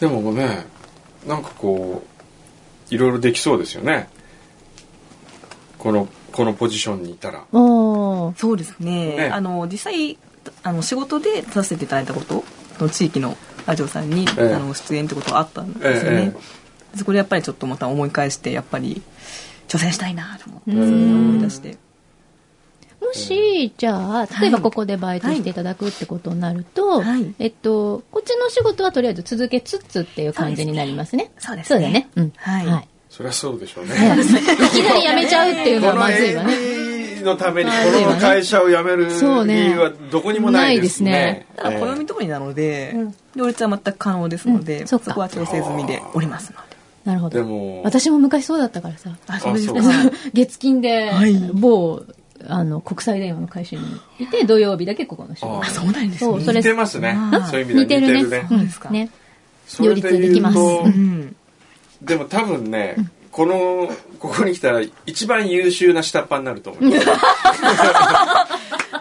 Speaker 1: でもねなんかこういろいろできそうですよねこのこのポジションにいたら
Speaker 2: おー。
Speaker 6: そうですね
Speaker 1: ね
Speaker 6: あの実際あの仕事で出させていただいたことその地域のラジオさんに、
Speaker 1: ええ
Speaker 6: あの出演ってことはあったんですよね
Speaker 1: え、
Speaker 6: そこでやっぱりちょっとまた思い返してやっぱり挑戦したいなと思って、
Speaker 2: う
Speaker 6: それを思い
Speaker 2: ん
Speaker 6: 出して
Speaker 2: もし、じゃあ、例えばここでバイトしていただくってことになると、
Speaker 6: はい
Speaker 2: えっと、こっちの仕事はとりあえず続けつつっていう感じになりますね。
Speaker 6: そうです
Speaker 2: そう
Speaker 6: ね
Speaker 2: だね。うん。
Speaker 6: はい
Speaker 2: はい。
Speaker 1: そりゃそうでしょうね
Speaker 2: ね いきなり辞めちゃうっていうの
Speaker 1: こ
Speaker 2: は
Speaker 1: の
Speaker 2: まずいわね。
Speaker 1: AB のためにこの会社を辞める理
Speaker 2: そうね
Speaker 1: 由はどこにもないですね。
Speaker 6: ただ暦通りなので、両立は全く可能ですので、
Speaker 2: うんそ
Speaker 6: そ
Speaker 2: っか
Speaker 6: こは調整済みでおりますので
Speaker 2: なるほ
Speaker 1: で
Speaker 2: ど。
Speaker 1: も、
Speaker 2: 私も昔そうだったからさ、
Speaker 6: あそうですか
Speaker 1: あそ
Speaker 2: 月金で
Speaker 6: はい
Speaker 2: 某あの国際電話の会社にいて、土曜日だけここの仕
Speaker 1: あ
Speaker 2: 事
Speaker 6: あ。そうなんですね
Speaker 2: そうそれ
Speaker 1: 似てますね
Speaker 6: うん。
Speaker 1: そういう意味
Speaker 2: 似
Speaker 1: では
Speaker 2: て
Speaker 1: 似て
Speaker 2: るね。
Speaker 1: るね。
Speaker 2: う
Speaker 6: そうんですか
Speaker 2: ね。
Speaker 1: それで言うと
Speaker 2: 両立できま、
Speaker 6: うん
Speaker 1: でも多分ね、この、ここに来たら一番優秀な下っ端になると思い ます。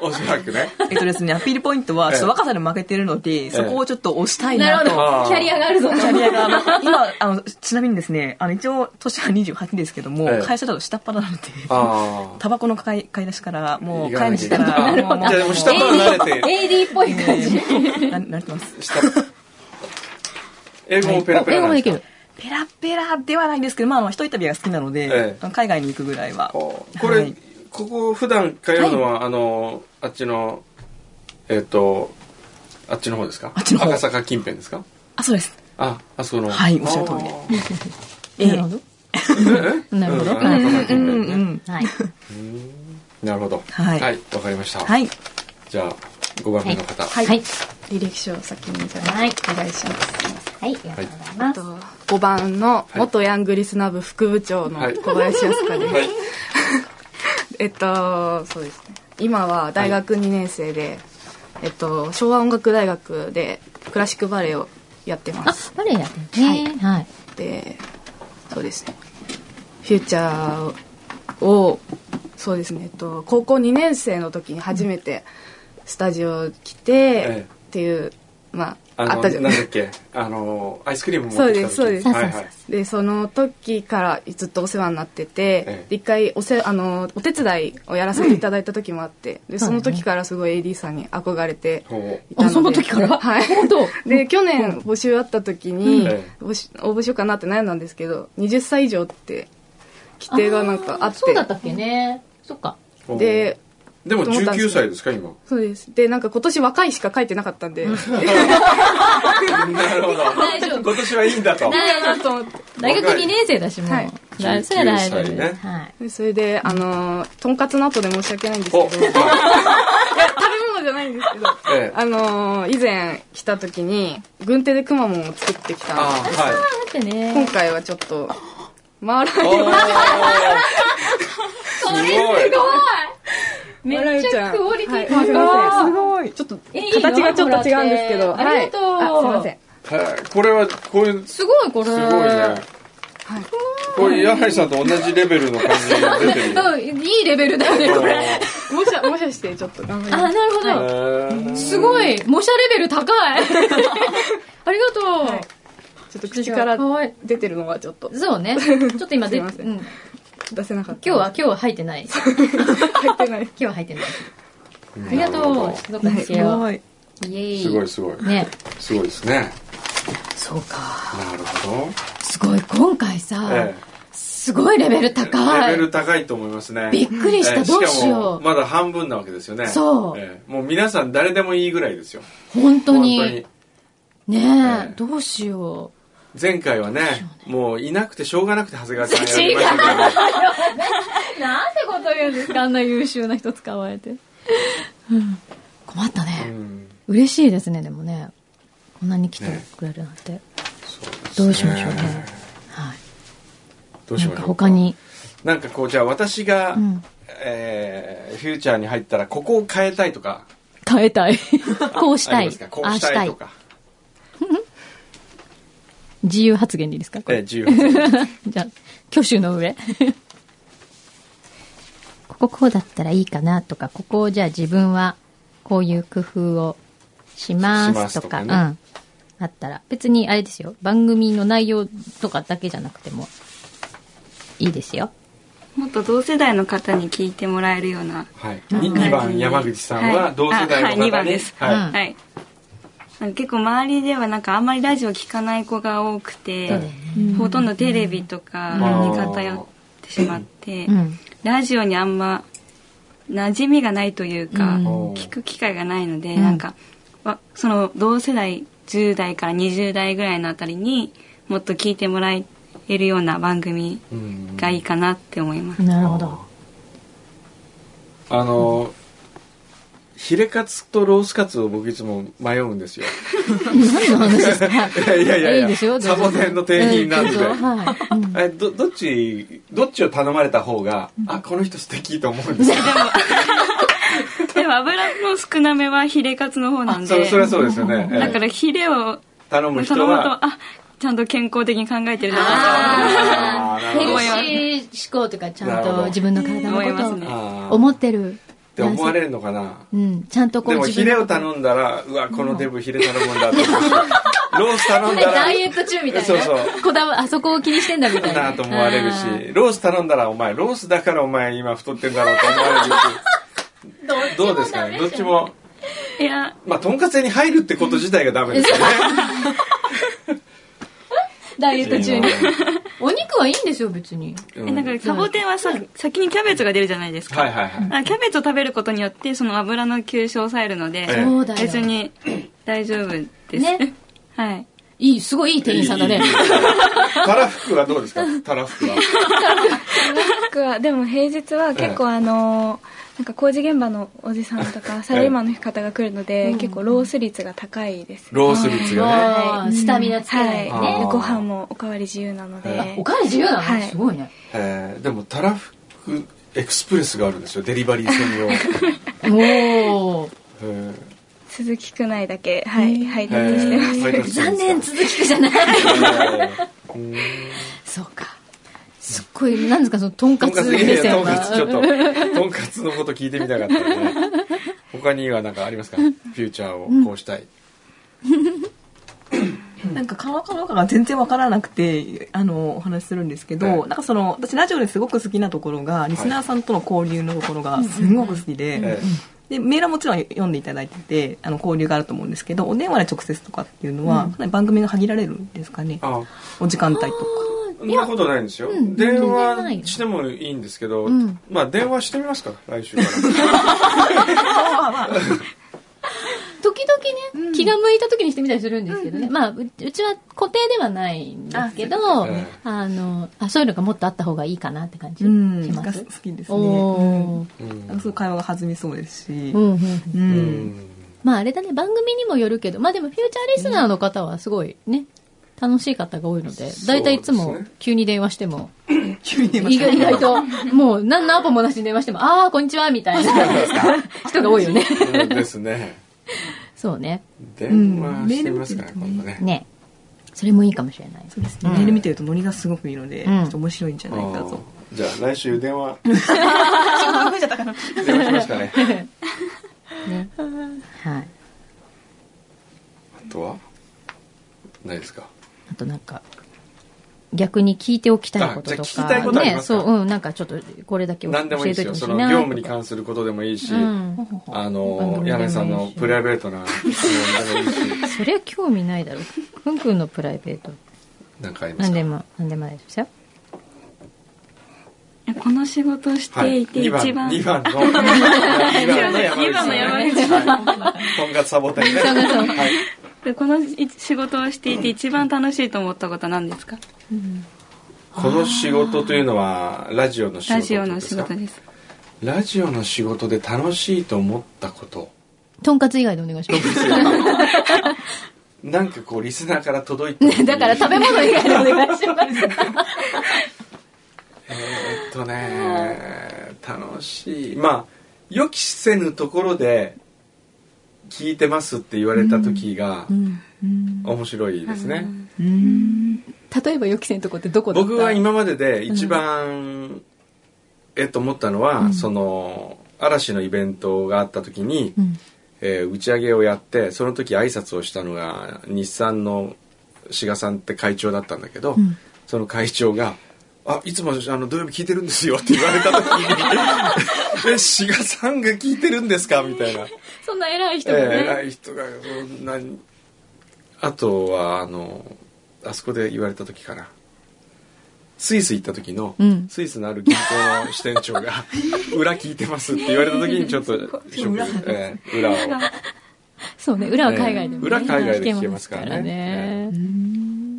Speaker 1: おそらくね。
Speaker 6: えっとですね、アピールポイントは、ちょっと若さで負けてるので、そこをちょっと押したいなと。
Speaker 1: あー
Speaker 2: キャリアがあ るぞ。キャ
Speaker 6: キャリアが、今、あの、ちなみにですね、あの、一応、年は28ですけども、
Speaker 1: ええ
Speaker 6: 会社だと下っ端なので、
Speaker 1: あ
Speaker 6: タバコの買い買い出しから、もう、
Speaker 1: 行か
Speaker 6: 買
Speaker 1: ないきゃ
Speaker 6: 主
Speaker 1: いけ
Speaker 6: か
Speaker 1: ない
Speaker 6: ら、もう、もう
Speaker 1: じゃあもう下っ端は慣れて
Speaker 2: AD っぽい感じ。
Speaker 6: な慣れてます。
Speaker 1: 下っ端英語もペラペ
Speaker 2: 英
Speaker 1: ラ
Speaker 2: 語
Speaker 1: な
Speaker 2: も
Speaker 1: ん
Speaker 2: で
Speaker 1: です
Speaker 2: き
Speaker 1: か
Speaker 2: る。
Speaker 6: ペラペラではないですけど、まあ、あの、一人旅が好きなので
Speaker 1: え、
Speaker 6: 海外に行くぐらいは。
Speaker 1: こ
Speaker 6: は
Speaker 1: れ
Speaker 6: い
Speaker 1: ここ普段通うのは、あのあっちのえっ、とあっちの方ですか
Speaker 6: あっちの方
Speaker 1: 赤坂近辺ですか
Speaker 6: あ、そうです。
Speaker 1: ああそこの
Speaker 6: はいおっしゃる通り
Speaker 1: あ
Speaker 6: え
Speaker 2: な
Speaker 6: え
Speaker 2: るほど。なるほど。
Speaker 1: うんあ赤坂近
Speaker 6: う
Speaker 1: 辺
Speaker 6: ん
Speaker 1: ね
Speaker 6: うん。
Speaker 2: はい。
Speaker 1: なるほど
Speaker 6: はい
Speaker 1: わ、かりました、
Speaker 6: はい。
Speaker 1: じゃあ5番目の方
Speaker 2: はい。はい。
Speaker 3: 履歴書を先にじゃあ
Speaker 2: はい
Speaker 3: お願いします
Speaker 2: ありがとうございます。
Speaker 3: 5番の元ヤングリスナ部副部長の
Speaker 1: はい
Speaker 3: 小林靖香です、
Speaker 1: はい
Speaker 3: えっとそうですね今は大学2年生で、えっと、昭和音楽大学でクラシックバレエをやってま
Speaker 2: あ
Speaker 3: す、
Speaker 2: バレエやってるね。はい。
Speaker 3: でそうですねフューチャーを
Speaker 7: そうですね、えっと、高校2年生の時に初めてスタジオ来て
Speaker 1: え
Speaker 7: っていう、まあ
Speaker 1: あ
Speaker 7: あ
Speaker 1: の
Speaker 7: ったじゃ
Speaker 1: な
Speaker 7: なんい
Speaker 1: だっけあのアイスクリーム持
Speaker 7: そ
Speaker 1: っ
Speaker 7: う
Speaker 1: てきた
Speaker 7: で
Speaker 1: 時
Speaker 7: すそうです
Speaker 2: そう
Speaker 1: は
Speaker 2: そう
Speaker 1: いはい
Speaker 7: でその時からずっとお世話になってて、
Speaker 1: ええ
Speaker 7: で一回おせあのお手伝いをやらせていただいた時もあってでその時からすごい AD さんに憧れて
Speaker 1: ほう
Speaker 7: いた
Speaker 2: あ
Speaker 7: ので
Speaker 2: その時から
Speaker 7: はい
Speaker 2: 本当
Speaker 7: で去年募集あった時に、
Speaker 1: え
Speaker 7: 募集応募しようかなって悩んだんですけど20歳以上って規定がなんかあって
Speaker 2: そうだったっけね。そっか。
Speaker 1: ほう
Speaker 7: で
Speaker 1: でも
Speaker 7: と思ったんで
Speaker 1: 19
Speaker 7: すよ
Speaker 1: 歳ですか今
Speaker 7: そうですでなんか今年若いしか書いてなかったんで
Speaker 1: なるほど
Speaker 2: 大丈夫
Speaker 1: 今年はいいんだと
Speaker 7: 嫌だなと思って
Speaker 2: 大学2年生だし、もう。
Speaker 7: はい
Speaker 2: だそれは大丈
Speaker 1: 19歳
Speaker 2: 夫
Speaker 1: ね
Speaker 2: です。はい。
Speaker 7: でそれであのとんかつの後で申し訳ないんですけ
Speaker 1: お
Speaker 7: どいや食べ物じゃないんですけど
Speaker 1: ええ
Speaker 7: あのー以前来た時に軍手でくまモンを作ってき
Speaker 1: あ
Speaker 7: た
Speaker 1: はい
Speaker 2: 待ってね。
Speaker 7: 今回はちょっと回ら
Speaker 1: おー
Speaker 7: ない
Speaker 1: すご い
Speaker 2: めっちゃクオリティ
Speaker 7: は
Speaker 2: 高
Speaker 7: い
Speaker 2: い
Speaker 7: すいません
Speaker 6: すごい
Speaker 7: ちょっと
Speaker 2: えいいの
Speaker 7: 形がちょっと違うんですけ
Speaker 2: もらっ
Speaker 7: ど
Speaker 2: てありがとう
Speaker 7: はいあすいません
Speaker 1: はいこれはこういうす
Speaker 2: すごい、これ。
Speaker 1: ごいねこれ柳井さんと同じレベルの感じが出てるよ
Speaker 2: うんいいレベルだよね、これ。
Speaker 7: もしゃもしゃしてちょっと頑張り
Speaker 2: あ、な
Speaker 7: ます
Speaker 2: るほど。すごい、模写レベル高い。 ありがとう。
Speaker 7: はいちょっと口から
Speaker 2: 可愛い
Speaker 7: 出てるのはちょっと
Speaker 2: そうね。ちょっと今
Speaker 7: す
Speaker 2: で、
Speaker 7: いうま
Speaker 2: ん
Speaker 7: せん
Speaker 2: 今
Speaker 7: 出せなかった
Speaker 2: 日は、今日は入ってない。今
Speaker 7: 入ってない
Speaker 2: 日は入ってない。ありがとう。静岡にし
Speaker 6: す
Speaker 2: よ
Speaker 6: ごい。
Speaker 2: う。イエイ。
Speaker 1: すごいすごい
Speaker 2: ね。
Speaker 1: すごいですね
Speaker 2: そうか。
Speaker 1: なるほ
Speaker 2: すごい、今回
Speaker 1: ど、
Speaker 2: さ
Speaker 1: え、
Speaker 2: すごいレベル
Speaker 1: え
Speaker 2: 高
Speaker 1: レベル
Speaker 2: い。
Speaker 1: 高いと思いますね
Speaker 2: びっくりした
Speaker 1: ええ
Speaker 2: どうしよう
Speaker 1: かもまだ半分なわけですよね
Speaker 2: そう
Speaker 1: ええもう皆さん誰でもいいぐらいですよ
Speaker 2: 本当
Speaker 1: 本当
Speaker 2: に
Speaker 1: に。
Speaker 2: ね
Speaker 1: ええ
Speaker 2: え、どうしよう。
Speaker 1: 前回はねもういなくてしょうがなくて長谷川さんやりましたけど
Speaker 2: なんてこと言うんですか、あんな優秀な人使われて。うん困った
Speaker 1: う
Speaker 2: ね。
Speaker 1: ん
Speaker 2: 嬉しいですね、でもね。こんなに来て
Speaker 1: ね
Speaker 2: くれるなんて。
Speaker 1: そうですね
Speaker 2: どうしましょうね。はい。
Speaker 1: どう
Speaker 2: な
Speaker 1: し
Speaker 2: ん
Speaker 1: ま
Speaker 2: か
Speaker 1: しょう
Speaker 2: 他に。
Speaker 1: なんかこうじゃあ私が、
Speaker 2: ん
Speaker 1: えーフューチャーに入ったらここを変えたいとか
Speaker 2: 変え たい。こうし
Speaker 1: あ
Speaker 2: た
Speaker 1: り
Speaker 2: い
Speaker 1: ますか。こう
Speaker 2: ああ
Speaker 1: したいとか
Speaker 2: 自由発言でいいですかこ
Speaker 1: え
Speaker 2: れ
Speaker 1: え自由発言
Speaker 2: じゃあ、挙手の上。 こここうだったらいいかなとか、ここをじゃあ自分はこういう工夫をしま
Speaker 1: しますす
Speaker 2: と
Speaker 1: と
Speaker 2: か、
Speaker 1: かね
Speaker 2: うん。あったら、別にあれですよ、番組の内容とかだけじゃなくてもいいですよ。
Speaker 4: もっと同世代の方に聞いてもらえるような
Speaker 1: はい、に2番山口さん
Speaker 4: は
Speaker 1: はい同世代の方に、
Speaker 4: あはい二番です
Speaker 1: はい
Speaker 2: うん
Speaker 4: はい。なんか結構周りではなんかあんまりラジオ聞かない子が多くて、
Speaker 1: そうだよ
Speaker 4: ほとんどテレビとか
Speaker 1: うん
Speaker 4: に偏ってしまって、
Speaker 2: うん。
Speaker 4: ラジオにあんま馴染みがないというか、
Speaker 2: うん
Speaker 4: 聞く機会がないので、
Speaker 2: うん
Speaker 4: なんかわその同世代10代から20代ぐらいのあたりにもっと聞いてもらえるような番組
Speaker 1: うん
Speaker 4: がいいかなって思います、
Speaker 2: なるほど。
Speaker 1: あのヒレカツとロースカツを僕いつも迷うんですよ
Speaker 2: 何の話ですか
Speaker 1: いやいやいや
Speaker 2: いいですよ、
Speaker 1: サボテンの店員なんで
Speaker 2: うどうぞはいうん
Speaker 1: えどどっちどっちを頼まれた方が、あこの人素敵と思うんですよ
Speaker 4: でも油の少なめはヒレカツの方なん
Speaker 1: そ
Speaker 4: で
Speaker 1: それはそうですよね、ええ
Speaker 4: だからヒレを
Speaker 1: 頼
Speaker 4: 頼む
Speaker 1: む
Speaker 4: と
Speaker 1: 人は
Speaker 4: あちゃんと健康的に考えてるな
Speaker 1: あーなる
Speaker 2: ヘ
Speaker 1: ほど
Speaker 2: ルシー思考とかちゃん
Speaker 1: なるほど
Speaker 2: と自分の体の
Speaker 4: 思います
Speaker 2: こ
Speaker 4: ね
Speaker 2: と
Speaker 1: あー
Speaker 2: を思って
Speaker 1: っ
Speaker 2: る
Speaker 1: て思われるのかな
Speaker 2: うんちゃんとこう
Speaker 1: でも
Speaker 2: 自
Speaker 1: ヒ
Speaker 2: 分
Speaker 1: レ
Speaker 2: の
Speaker 1: を
Speaker 2: こと
Speaker 1: 頼んだらうわこのデブヒレ頼むんだと思ってロース頼んだ
Speaker 2: えダイエ
Speaker 1: ら
Speaker 2: ット中みたいな
Speaker 1: そうそう
Speaker 2: こだわあそこを気にしてんだみたいな
Speaker 1: なあと思われる
Speaker 2: あー
Speaker 1: しロース頼んだらお前ロースだからお前今太ってんだろうと思われるしどうですかねどっちも
Speaker 4: いや
Speaker 1: まあとんかつ屋に入るってこと自体がダメですよね
Speaker 2: ダイエット中に
Speaker 1: いいな
Speaker 2: お肉はいいんですよ別に
Speaker 1: うん
Speaker 4: えなんかサボテンはさ先にキャベツが出るじゃないですか、
Speaker 1: はいはいはい
Speaker 4: あキャベツを食べることによってその油の吸収を抑えるので、
Speaker 1: ええ
Speaker 2: そうだよ
Speaker 4: 別に大丈夫です。
Speaker 2: ね
Speaker 4: はい。
Speaker 2: いいすごいいい店員さんだね
Speaker 1: い いいいいいたらふくはどうですかたらふくは
Speaker 3: 僕はでも平日は結構あのなんか工事現場のおじさんとかサラリーマンの方が来るので結構ロース率が高いです
Speaker 1: ロース率がね
Speaker 2: あースタミナつけ
Speaker 3: は
Speaker 2: ない
Speaker 3: い
Speaker 2: ね、
Speaker 1: あー
Speaker 3: ご飯もおかわり自由なの
Speaker 1: あ
Speaker 2: お
Speaker 3: で
Speaker 2: かわり自由なの、
Speaker 3: はい
Speaker 2: すごいね
Speaker 1: えーでもたらふくエクスプレスがあるんですよデリバリー専 用
Speaker 2: おお
Speaker 1: えー
Speaker 3: 鈴木区内だけはい配達してます
Speaker 1: 配達する
Speaker 2: 残
Speaker 1: ん
Speaker 2: 念
Speaker 1: です
Speaker 2: 続きじゃない
Speaker 1: かえー
Speaker 2: そうかすっこういう、なんですか、その、とん
Speaker 1: と
Speaker 2: か
Speaker 1: んか
Speaker 2: つ
Speaker 1: つ
Speaker 2: 目
Speaker 1: いやいや
Speaker 2: 線
Speaker 1: とんかつちょっと
Speaker 2: は。
Speaker 1: とんかつのこと聞いてみたかったので他には何かありますかフューチャーをこうしたい、
Speaker 6: なんか顔かどうかが全然わからなくてあのお話しするんですけど、
Speaker 1: はい
Speaker 6: なんかその私ラジオですごく好きなところがリスナーさんとの交流のところがすごく好きで。
Speaker 1: え
Speaker 6: でメールはもちろん読んでいただいててあの交流があると思うんですけどお電話で直接とかっていうのは、かなり番組が限られるんですかね
Speaker 1: えあ
Speaker 6: お時間帯とか
Speaker 1: そんなことないんですよ、
Speaker 2: うん
Speaker 1: 電
Speaker 2: 全然ないよ
Speaker 1: 話してもいいんですけど、
Speaker 2: うん
Speaker 1: まあ電話してみますか来週から
Speaker 2: 時々ね、気が向いた時にしてみたりするんですけどね。まあ、ううちは固定ではないんですけど、
Speaker 1: そうですね
Speaker 2: あの、あ、そういうのがもっとあった方がいいかなって感じし
Speaker 6: うん
Speaker 2: ま
Speaker 6: が
Speaker 2: す
Speaker 6: 好。きですね、
Speaker 2: おー
Speaker 6: う
Speaker 1: うん
Speaker 6: ん、なんかすごい会話が弾みそうですし
Speaker 2: うんうんうん
Speaker 6: う
Speaker 1: うんん
Speaker 2: まああれだね、番組にもよるけど、まあでもフューチャーリスナーの方はすごいね、楽しい方が多いので、だいたいいつ
Speaker 1: そうで
Speaker 2: も
Speaker 1: すね
Speaker 2: 急に電話しても、
Speaker 6: 急に電話
Speaker 2: 意外意外と、もう何のアポもなしに電話して も、ああ、こんにちは、みたいな人が多いよね。
Speaker 1: そうですね
Speaker 2: そうね。
Speaker 1: 電話してみますかね、今度ね
Speaker 2: ね。それもいいかもしれない。
Speaker 6: そうですねメール見てるとノリがすごくいいので、
Speaker 2: うん
Speaker 6: ちょっと面白いんじゃ
Speaker 1: あ
Speaker 6: ないかと
Speaker 1: ー、じゃあ来週電話
Speaker 6: じゃったかな
Speaker 1: 電話しますかね
Speaker 2: ね。はい。
Speaker 1: あとはないですか
Speaker 2: あとなんか、逆に聞いておきたいことと
Speaker 1: あ
Speaker 2: か、
Speaker 1: じゃあ聞きたいことあり
Speaker 2: ね、
Speaker 1: ますか
Speaker 2: そう、うん、なんかちょっとこれだけ教
Speaker 1: 何でもいい
Speaker 2: え
Speaker 1: で
Speaker 2: と
Speaker 1: すよそ
Speaker 2: いてほしい
Speaker 1: の
Speaker 2: な
Speaker 1: 業務に
Speaker 2: とか
Speaker 1: 関することでもいいし、
Speaker 2: うん。
Speaker 1: あ
Speaker 2: 番
Speaker 1: の
Speaker 2: 組でもいい
Speaker 1: 柳
Speaker 2: し
Speaker 1: 井さんのプライベートな質問でもいいし
Speaker 2: そりゃ興味ないだろう。くんくんのプライベート。
Speaker 1: 何かあります
Speaker 2: 何
Speaker 1: か
Speaker 2: でも、何でもないですよ。
Speaker 4: この仕事をしていて
Speaker 1: 二番
Speaker 4: 一番、
Speaker 1: 二番の二番の山口さんね
Speaker 4: 二番の
Speaker 1: はいとんかつサボテンねはい
Speaker 4: でこのい仕事をしていて一番楽しいと思ったことは何ですか
Speaker 1: この仕事というのはラジオの仕事
Speaker 4: ラ
Speaker 1: って
Speaker 4: ジ
Speaker 1: こ
Speaker 4: オ
Speaker 1: と
Speaker 4: の
Speaker 1: で
Speaker 4: 仕
Speaker 1: すか
Speaker 4: 事です
Speaker 1: ラジオの仕事で楽しいと思ったこと
Speaker 2: とんかつ以外でお願いします。
Speaker 1: なんかこうリスナーから届いてる
Speaker 2: だから食べ物以外でお 願いします。
Speaker 1: えーっとね楽しいまあ予期せぬところで聞いてますって言われた時が面白いですね、
Speaker 2: 例えば予期せんとこってどこだった
Speaker 1: 僕は今までで一番、えっと思ったのは、その嵐のイベントがあった時に、
Speaker 2: うん
Speaker 1: えー打ち上げをやってその時挨拶をしたのが日産の志賀さんって会長だったんだけど、
Speaker 2: ん
Speaker 1: その会長が「あいつもあの土曜日聞いてるんですよ」って言われた時 に「え志賀さんが聞いてるんですか?」みたいな。
Speaker 2: そんな偉い人が
Speaker 1: え
Speaker 2: ね。
Speaker 1: え偉い人がそんなにあとはあのあそこで言われた時かなスイス行った時の、
Speaker 2: うん
Speaker 1: スイスのある銀行の支店長 が「裏聞いてます」って言われた時にちょっとショックで、ええ裏を
Speaker 2: そうね、裏は海外でもね、
Speaker 1: ええ裏海外で聞けますからね
Speaker 2: 聞けね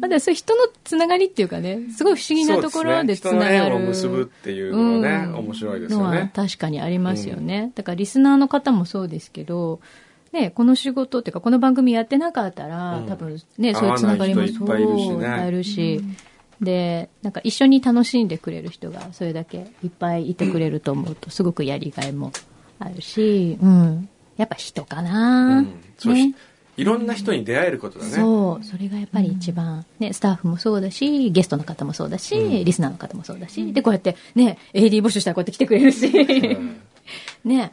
Speaker 2: まあだからそういう人のつながりっていうかね、すごい不思議なところでつ
Speaker 1: そう
Speaker 2: な
Speaker 1: ですね
Speaker 2: が
Speaker 1: 人の縁を
Speaker 2: る。
Speaker 1: 結ぶっていうのはね、
Speaker 2: うん
Speaker 1: 面白いです
Speaker 2: の
Speaker 1: よ
Speaker 2: は
Speaker 1: ね
Speaker 2: 確かにありますよね、だからリスナーの方もそうですけど、ね、この仕事っていうかこの番組やってなかったら、
Speaker 1: うん
Speaker 2: 多分ね
Speaker 1: 合
Speaker 2: そういう
Speaker 1: わ
Speaker 2: つ
Speaker 1: な
Speaker 2: ないがりも
Speaker 1: 人い
Speaker 2: そ
Speaker 1: っ
Speaker 2: う
Speaker 1: ぱいいるしね
Speaker 2: いっぱいいるし、でなんか一緒に楽しんでくれる人がそれだけいっぱいいてくれると思うとすごくやりがいもあるし、うん、やっぱ人かな、
Speaker 1: うんそうし
Speaker 2: ね、
Speaker 1: いろんな人に出会えることだね
Speaker 2: そうそれがやっぱり一番、ね、スタッフもそうだしゲストの方もそうだし、
Speaker 1: うん
Speaker 2: リスナーの方もそうだし、でこうやってね AD 募集したらこうやって来てくれるし、
Speaker 1: うん
Speaker 2: ね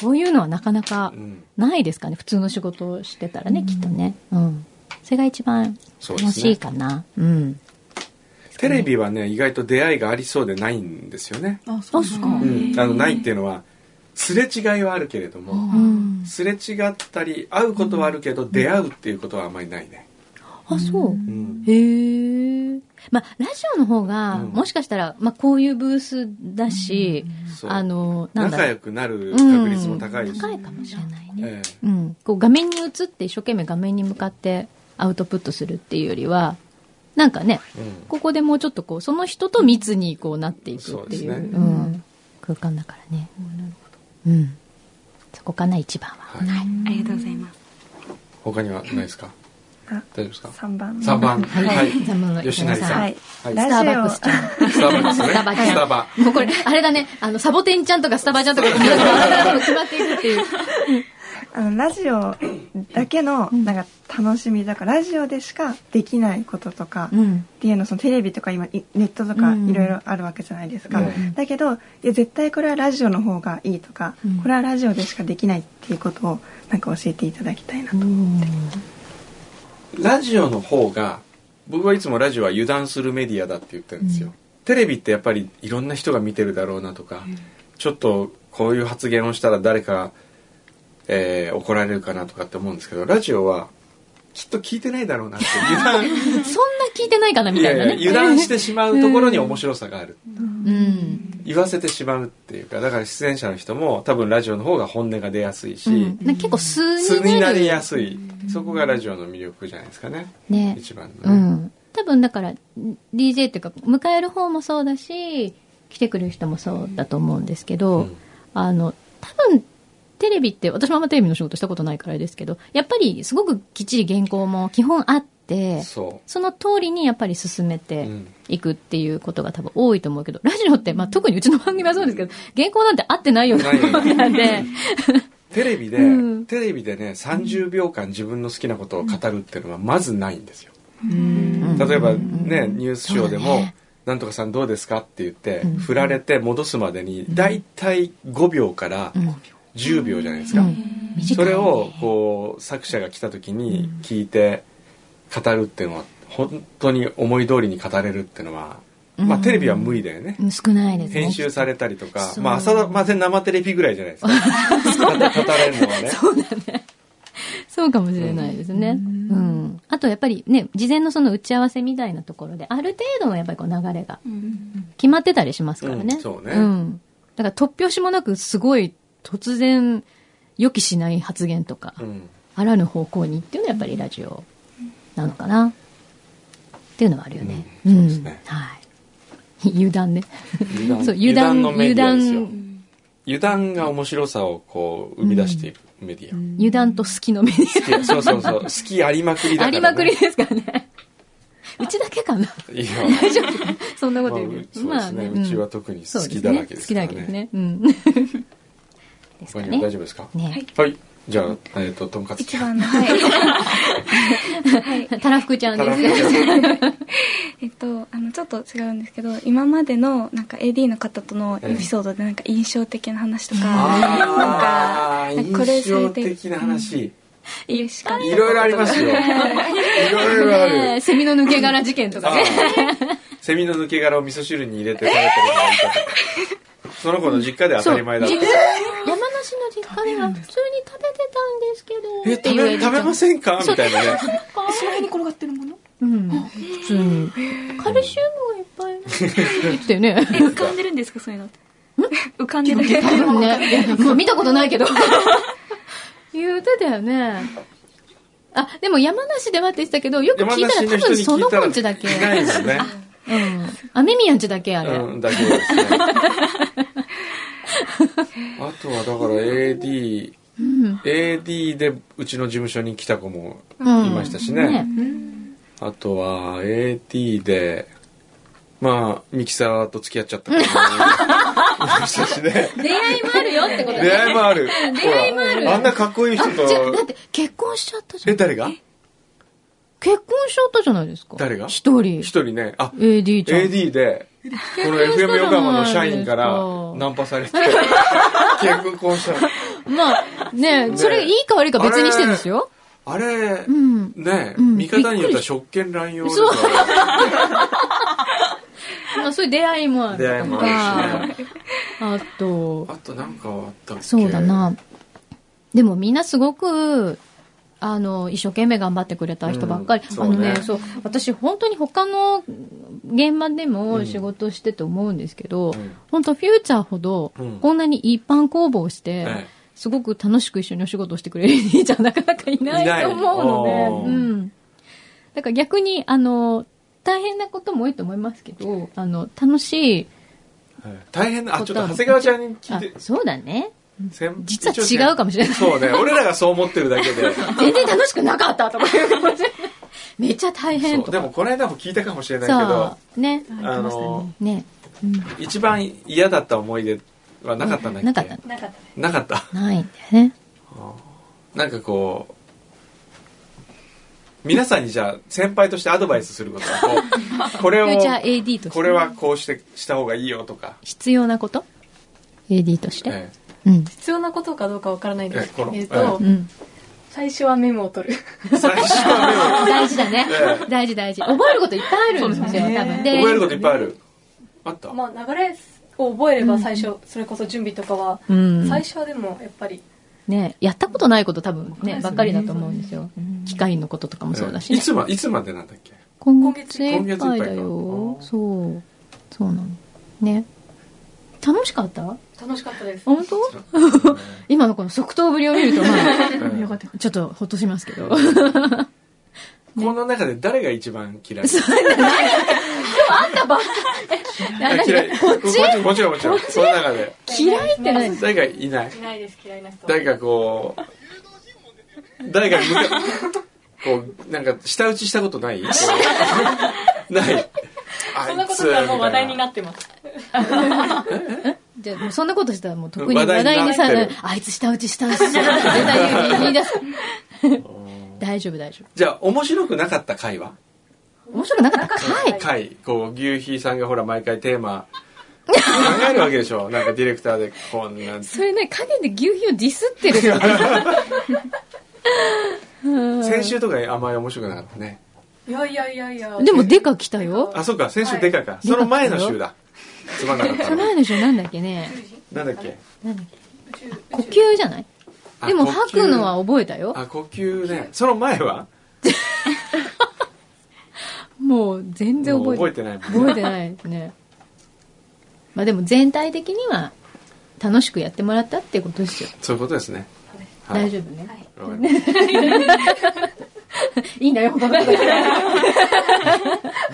Speaker 2: こういうのはなかなか
Speaker 1: うん
Speaker 2: ないですかね普通の仕事をしてたらね、きっとね、うん、それが一番
Speaker 1: そうですね
Speaker 2: 楽しいかなう,、ん
Speaker 1: テレビはね意外と出会いがありそうでないんですよね
Speaker 6: あそうですか、
Speaker 1: うん、あのないっていうのはすれ違いはあるけれども、
Speaker 2: うん
Speaker 1: すれ違ったり会うことはあるけど、出会うっていうことはあんまりないね、
Speaker 2: あそう
Speaker 1: うん
Speaker 2: へえまあラジオの方が、
Speaker 1: うん
Speaker 2: もしかしたら、まあ、こういうブースだし、
Speaker 1: そう
Speaker 2: あのなんだ
Speaker 1: 仲
Speaker 2: ろう
Speaker 1: 良くなる確率も高いし、
Speaker 2: 高いかもしれない
Speaker 1: え
Speaker 2: ね、
Speaker 1: え
Speaker 2: うん、こう画面に映って一生懸命画面に向かってアウトプットするっていうよりはなんかね
Speaker 1: うん
Speaker 2: ここでもうちょっとこうその人と密にこうなっていく
Speaker 1: そ
Speaker 2: っ
Speaker 1: う
Speaker 2: て
Speaker 1: です
Speaker 2: いう
Speaker 1: ね
Speaker 2: うん、空間だからね、うん、そこかな一番は、
Speaker 1: はい
Speaker 4: ありがとうございます
Speaker 1: 他にはないですか
Speaker 5: あ
Speaker 1: 大丈夫ですか
Speaker 5: 3番
Speaker 1: 3番
Speaker 2: はい
Speaker 1: はい、
Speaker 2: 三番の
Speaker 1: 吉成さん
Speaker 5: はい
Speaker 1: はい
Speaker 5: ラ
Speaker 2: ス
Speaker 5: ジ
Speaker 2: タ
Speaker 5: オ
Speaker 2: ーバックスちゃん
Speaker 1: スタバですね
Speaker 2: スタバちゃん
Speaker 1: スタバ
Speaker 2: もうこれあれだねあのサボテンちゃんとかスタバちゃんとかみんな決まっていくっていう
Speaker 5: あのラジオだけのなんか楽しみだからラジオでしかできないこととか、
Speaker 2: うん
Speaker 5: っていうのそのテレビとか今いネットとか
Speaker 2: うん
Speaker 5: いろいろあるわけじゃないですか、
Speaker 1: うん
Speaker 5: だけどいや絶対これはラジオの方がいいとか、
Speaker 2: うん
Speaker 5: これはラジオでしかできないっていうことをなんか教えていただきたいなと、
Speaker 1: ラジオの方が僕はいつもラジオは油断するメディアだって言ってるんですよ、テレビってやっぱりいろんな人が見てるだろうなとか、ちょっとこういう発言をしたら誰か、えー怒られるかなとかって思うんですけどラジオはきっと聞いてないだろうなって油 断
Speaker 2: そんな聞いてないかなみ
Speaker 1: い
Speaker 2: た
Speaker 1: や
Speaker 2: い
Speaker 1: い
Speaker 2: な
Speaker 1: や
Speaker 2: ね。
Speaker 1: 油断してしまうところに面白さがある、
Speaker 2: うん。
Speaker 1: 言わせてしまうっていうかだから出演者の人も多分ラジオの方が本音が出やすいし、
Speaker 2: うん、なんか結構素
Speaker 1: 素
Speaker 2: に
Speaker 1: に
Speaker 2: な
Speaker 1: なり
Speaker 2: る。
Speaker 1: やすいそこがラジオの魅力じゃないですかね
Speaker 2: ね。
Speaker 1: 一番
Speaker 2: う
Speaker 1: のね、
Speaker 2: ん。多分だから DJ っていうか迎える方もそうだし来てくれる人もそうだと思うんですけど、
Speaker 1: うん
Speaker 2: あの多分テレビって私もあんまテレビの仕事したことないからですけどやっぱりすごくきっちり原稿も基本あって
Speaker 1: そ
Speaker 2: その通りにやっぱり進め
Speaker 1: う、
Speaker 2: て
Speaker 1: うん
Speaker 2: いくっていうことが多分多いと思うけど、ラジオって、まあ、特にうちの番組はそうですけど原稿なんて合ってないよう
Speaker 1: な
Speaker 2: な
Speaker 1: いよ
Speaker 2: もんなんで。
Speaker 1: テレビで、
Speaker 2: うん
Speaker 1: テレビでね30秒間自分の好きなことを語るっていうのはまずないんですよ、例えばねニュースショーで
Speaker 2: そう
Speaker 1: も、
Speaker 2: だね
Speaker 1: なんとかさんどうですか?」って言って、
Speaker 2: うん
Speaker 1: 振られて戻すまでに大体5秒から
Speaker 2: うん
Speaker 1: 10秒じゃないです
Speaker 2: う
Speaker 1: か、
Speaker 2: ん短
Speaker 1: そ
Speaker 2: い
Speaker 1: れをこう作者が来た時に聞いて語るっていうのは本当に思い通りに語れるっていうのは、まあテレビは無理だよね、
Speaker 2: うん少ないですね
Speaker 1: 編集されたりとか、
Speaker 2: そう
Speaker 1: まあ、朝まで生テレビぐらいじゃ ないですか語れるのはね
Speaker 2: そうかもしれないですね。うん。あとやっぱりね、事前のその打ち合わせみたいなところで、ある程度のやっぱりこう流れが決まってたりしますからね。
Speaker 1: うんそうね
Speaker 2: んだから突拍子もなくすごい突然予期しない発言とか、
Speaker 1: うん
Speaker 2: あらぬ方向にっていうのはやっぱりラジオなのかな。っていうのはあるよね。
Speaker 1: うんそうですね
Speaker 2: んはい。 油断ね。そう油
Speaker 1: 油
Speaker 2: 断
Speaker 1: 断のメディアですよ
Speaker 2: 油
Speaker 1: 油断が面白さをこう生み出しているメディア、
Speaker 2: 油断と好きの目に
Speaker 1: いやそうそうそう好きありまくりだから、ね、
Speaker 2: ありまくりですからね。うちだけかな。
Speaker 1: いや
Speaker 2: 大丈夫 そんなこと言うより
Speaker 1: まあ、そうですね、
Speaker 2: ん
Speaker 1: うちは特に好きだらけですからね
Speaker 2: そうですね 好きだらけですね。うん。です
Speaker 1: 他
Speaker 2: か
Speaker 1: にも
Speaker 2: ね
Speaker 1: 大。丈夫ですか
Speaker 2: ね
Speaker 1: はいじゃあ、えっととんかつ
Speaker 3: 一番の、はい。はい。
Speaker 2: たらふくちゃん
Speaker 1: たらふ
Speaker 2: で
Speaker 1: く
Speaker 2: す
Speaker 1: ちゃん
Speaker 3: えっと、あの、ちょっと違うんですけど、今までの、なんか AD の方とのエピソードで、なんか印象的な話とか、
Speaker 1: あ
Speaker 3: な
Speaker 1: ー
Speaker 3: んか、これ
Speaker 1: 印象
Speaker 3: 最
Speaker 1: 的
Speaker 3: 適
Speaker 1: な話、
Speaker 3: 嬉しかった。
Speaker 1: いろいろありますよいろいろある、
Speaker 2: ね。セミの抜け殻事件とか
Speaker 1: あ
Speaker 2: ね。
Speaker 1: ーセミの抜け殻を味噌汁に入れて食べてる人がいたとその子の実家で当たり前だった
Speaker 2: 実家山梨の実家では普通に食べてたんですけど。
Speaker 1: え
Speaker 2: って
Speaker 1: 食
Speaker 2: いう
Speaker 1: べ食べませんかみたいなね
Speaker 6: その辺に転がってるもの
Speaker 2: うん。普通に。カルシウムがいっ ぱい入ってたよね。
Speaker 4: え浮かんでるんですかそういうのって浮かんでるんです
Speaker 2: 多
Speaker 4: か
Speaker 2: 分ね。まあ見たことない けど。言うてたよね。あ、でも山梨ではって言ってたけど、よく
Speaker 1: 山
Speaker 2: 聞いた
Speaker 1: 梨の
Speaker 2: ら多
Speaker 1: 人
Speaker 2: 分
Speaker 1: に
Speaker 2: そ
Speaker 1: 聞
Speaker 2: の
Speaker 1: いたら
Speaker 2: 子んちだけ。
Speaker 1: いないですね
Speaker 2: うん。アメミヤんちだけあれ。
Speaker 1: うん、だけです ね。あとはだから AD、AD でうちの事務所に来た子も
Speaker 2: うん
Speaker 1: いましたしね。あとは AD で、まあ、ミキサーと付き合っちゃった子もいましたしね。
Speaker 2: 出会いもあるよってこと
Speaker 1: 出
Speaker 2: ね。
Speaker 1: 会いもある。出
Speaker 2: 会いもある
Speaker 1: あんなかっこいい人
Speaker 2: あ、じゃあだっ
Speaker 1: と、
Speaker 2: て結婚しちゃったじゃ
Speaker 1: え、
Speaker 2: ん。
Speaker 1: 誰が
Speaker 2: 結婚しちゃったじゃないですか。
Speaker 1: 誰が
Speaker 2: 一人。
Speaker 1: 一人ね。あ、
Speaker 2: AD ちゃん。
Speaker 1: AD で、この
Speaker 2: 婚したじゃ
Speaker 1: FM
Speaker 2: ない
Speaker 1: 横浜の社員から
Speaker 2: ですか
Speaker 1: ナンパさ れて、結婚したの。
Speaker 2: まあ、 ねえそれいいか悪いか別にしてですよ。
Speaker 1: あれ、
Speaker 2: ん
Speaker 1: ね、
Speaker 2: うん
Speaker 1: 見方によっては職権乱用です
Speaker 2: そう
Speaker 1: から
Speaker 2: まあ、そういう出会いもある。
Speaker 1: 出会いもあるしね。
Speaker 2: あと、
Speaker 1: あとなんかあったっけ
Speaker 2: そうだな。でもみんなすごく、あの、一生懸命頑張ってくれた人ばっかり。
Speaker 1: うん
Speaker 2: あのね
Speaker 1: そうね
Speaker 2: そう、私本当に他の現場でも仕事してて思うんですけど、
Speaker 1: ん
Speaker 2: 本当フューチャーほど
Speaker 1: うん、
Speaker 2: こんなに一般公募をして、
Speaker 1: ええ
Speaker 2: すごく楽しく一緒にお仕事をしてくれる兄ちゃんなかなかい
Speaker 1: い
Speaker 2: な
Speaker 1: ないい
Speaker 2: と思うの
Speaker 1: おー
Speaker 2: で、うん。だから逆に、あの、大変なことも多いと思いますけど、あの、楽しい、
Speaker 1: はい大変な、あ、ちょっと長谷川ちゃんに聞
Speaker 2: あ
Speaker 1: いて、
Speaker 2: そうだね。
Speaker 1: 先
Speaker 2: 実は違うかもしれない
Speaker 1: そうね、俺らがそう思ってるだけで。
Speaker 2: 全然楽しくなかったとかいう感じめっちゃ大
Speaker 1: そ
Speaker 2: 変と
Speaker 1: う
Speaker 2: か
Speaker 1: でもこの間も聞いたかもしれないけど、
Speaker 2: うね
Speaker 1: あの、
Speaker 2: ね
Speaker 1: 一番嫌だった思い出はなかったんだっけ
Speaker 2: なかった
Speaker 4: なかった
Speaker 1: なかった。
Speaker 2: ないんだよね
Speaker 1: なんかこう、皆さんにじゃあ先輩としてアドバイスすることは こうこれ
Speaker 2: フュ
Speaker 1: を
Speaker 2: ーチャー AD として。
Speaker 1: これはこうしてした方がいいよとか、
Speaker 2: 必要なこと ?AD として。
Speaker 1: え
Speaker 2: うん。
Speaker 8: 必要なことかどうかわからないんですけ
Speaker 1: ええ
Speaker 8: ど、
Speaker 1: この
Speaker 2: うん。
Speaker 8: 最初はメモを取る。
Speaker 1: え最初は
Speaker 2: 大事だね
Speaker 1: え。
Speaker 2: 大事大事。覚えることいっぱいあるんですよ、多分。
Speaker 1: ね
Speaker 2: で
Speaker 1: 覚えることいっぱいあるあった、
Speaker 8: まあ流れを覚えれば最初、それこそ準備とかは、
Speaker 2: うん。
Speaker 8: 最初はでもやっぱり、
Speaker 2: ね、やったことないこと多分ね、ばっかりだと思うんですよ。機械のこととかもそうだし
Speaker 1: い
Speaker 2: ね。
Speaker 1: つまいつまでなんだっ け
Speaker 2: 今月い
Speaker 1: 今
Speaker 2: っ
Speaker 1: 月
Speaker 2: ぱ
Speaker 1: いっ
Speaker 2: い
Speaker 1: ぱい
Speaker 2: だ
Speaker 1: か
Speaker 2: よ。
Speaker 1: あー
Speaker 2: そう。そうなの。ね。楽しかった
Speaker 8: 楽しかったです。
Speaker 2: 本当今のこの即答ぶりを見ると、ま あ、よかった。ちょっとほっとしますけ ど。
Speaker 1: この中で誰が一番嫌い
Speaker 2: あ
Speaker 1: あ嫌い
Speaker 2: こっち
Speaker 1: ももちろんもちろんその中で
Speaker 2: 嫌いって 何
Speaker 1: 誰かいない
Speaker 8: いないです、嫌いな人
Speaker 1: 誰かこう誰か向か こうなんか舌打ちしたことないこうないあ
Speaker 8: そんなことしたらもう話題に
Speaker 1: っ
Speaker 8: なってます。
Speaker 2: じゃあもうそんなことしたらもう特に
Speaker 1: 話
Speaker 2: 話
Speaker 1: 題に
Speaker 2: 題にさ
Speaker 1: なってる、
Speaker 2: あいつ舌打ちしたんすよ絶対言う言い出 す。 大丈夫大丈
Speaker 1: じゃあ面白くなかった回は
Speaker 2: 夫。面白くなかったかい。
Speaker 1: 回こう牛皮さんがほら毎回テーマ考えるわけでし ょなんかディレクターでこんな
Speaker 2: それね、影で牛皮をディスってるよね。
Speaker 1: 先週とかあんまり面白くなかったね
Speaker 8: いやいやいやいや。
Speaker 2: でもデカ来たよ。
Speaker 1: あそうか先週でかか、その前の週だつまんなかった
Speaker 2: その
Speaker 1: な
Speaker 2: 前の人なんだっけね。
Speaker 1: なんだっけ
Speaker 2: 呼吸じゃない
Speaker 1: あ
Speaker 2: でも
Speaker 1: 呼吸
Speaker 2: 吐くのは覚えたよ。
Speaker 1: あ呼吸ねその前は
Speaker 2: もう全然
Speaker 1: もう覚え
Speaker 2: 覚えて
Speaker 1: てないもんね
Speaker 2: 覚えてないですね。まあでも全体的には楽しくやってもらったってことですよ。
Speaker 1: そういうことですね
Speaker 2: 大丈夫ね。
Speaker 1: 夫わかりました
Speaker 2: いいんだよ、 他のこと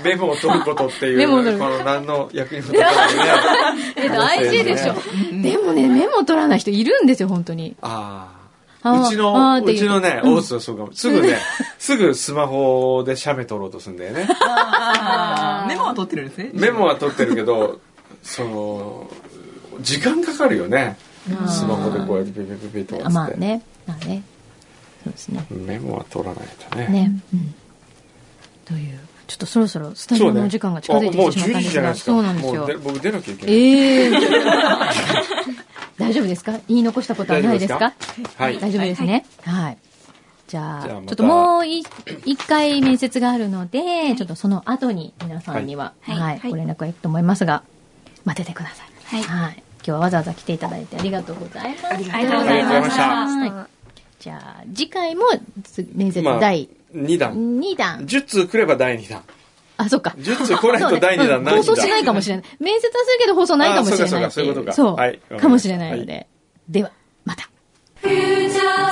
Speaker 1: メモを取ることっていう
Speaker 2: メモを取る
Speaker 1: この何の役にも立た ないね
Speaker 2: えっと、IG でしょ。でもね、メモ取らない人いるんですよ、本当に。
Speaker 1: あ
Speaker 2: あ
Speaker 1: あ
Speaker 2: ー
Speaker 1: うち
Speaker 2: あ
Speaker 1: の
Speaker 2: ーって
Speaker 1: う
Speaker 2: いう
Speaker 1: ちのね大津はそうかもす ぐねすぐスマホで写メ撮ろうとするんだよね
Speaker 6: あーメモは取ってるんですね
Speaker 1: メモは取ってるけどその時間かかるよねスマホでこうやってピピピピとか
Speaker 2: あま
Speaker 1: っ
Speaker 2: あ
Speaker 1: て、
Speaker 2: ね。まあね。そうですね。
Speaker 1: メモは取らないとね
Speaker 2: ね。うん。という。ちょっとそろそろスタジ
Speaker 1: そ
Speaker 2: オ
Speaker 1: うね
Speaker 2: のお時間が近づいてきてしまった
Speaker 1: あもう12
Speaker 2: んで
Speaker 1: 時じ
Speaker 2: す
Speaker 1: ゃない
Speaker 2: が。
Speaker 1: ですか
Speaker 2: そうなんです
Speaker 1: もう
Speaker 2: よ
Speaker 1: で。僕出なきゃいけない、
Speaker 2: ええ大丈夫ですか言い残したことはないですか
Speaker 1: はい
Speaker 2: 大丈夫ですね。はい。じゃあ、
Speaker 1: じゃあまた
Speaker 2: ちょっともうい一回面接があるので、ちょっとその後に皆さんには、
Speaker 4: は
Speaker 2: は、
Speaker 4: いいはいはい
Speaker 2: ご連絡がいくと思いますが、待っててください。
Speaker 4: はい
Speaker 2: 今日はわざわざ来ていただいてありがとうございます。あり
Speaker 4: ありがとうございました
Speaker 2: はいじゃあ、次回もつ面接
Speaker 1: まあ
Speaker 2: 第
Speaker 1: 2段
Speaker 2: 2弾。
Speaker 1: 10通来れば第2弾
Speaker 2: あ、そっか。
Speaker 1: 10通来ない
Speaker 2: そう
Speaker 1: と
Speaker 2: ね
Speaker 1: 第2弾
Speaker 2: うん
Speaker 1: 何
Speaker 2: 放送しない
Speaker 1: 弾
Speaker 2: かもしれない。面接はするけど放送ないかもしれないって
Speaker 1: あそうかそうかそういうことか
Speaker 2: そう
Speaker 1: はいわかりました
Speaker 2: かもしれないので。では、また。
Speaker 8: フューチャー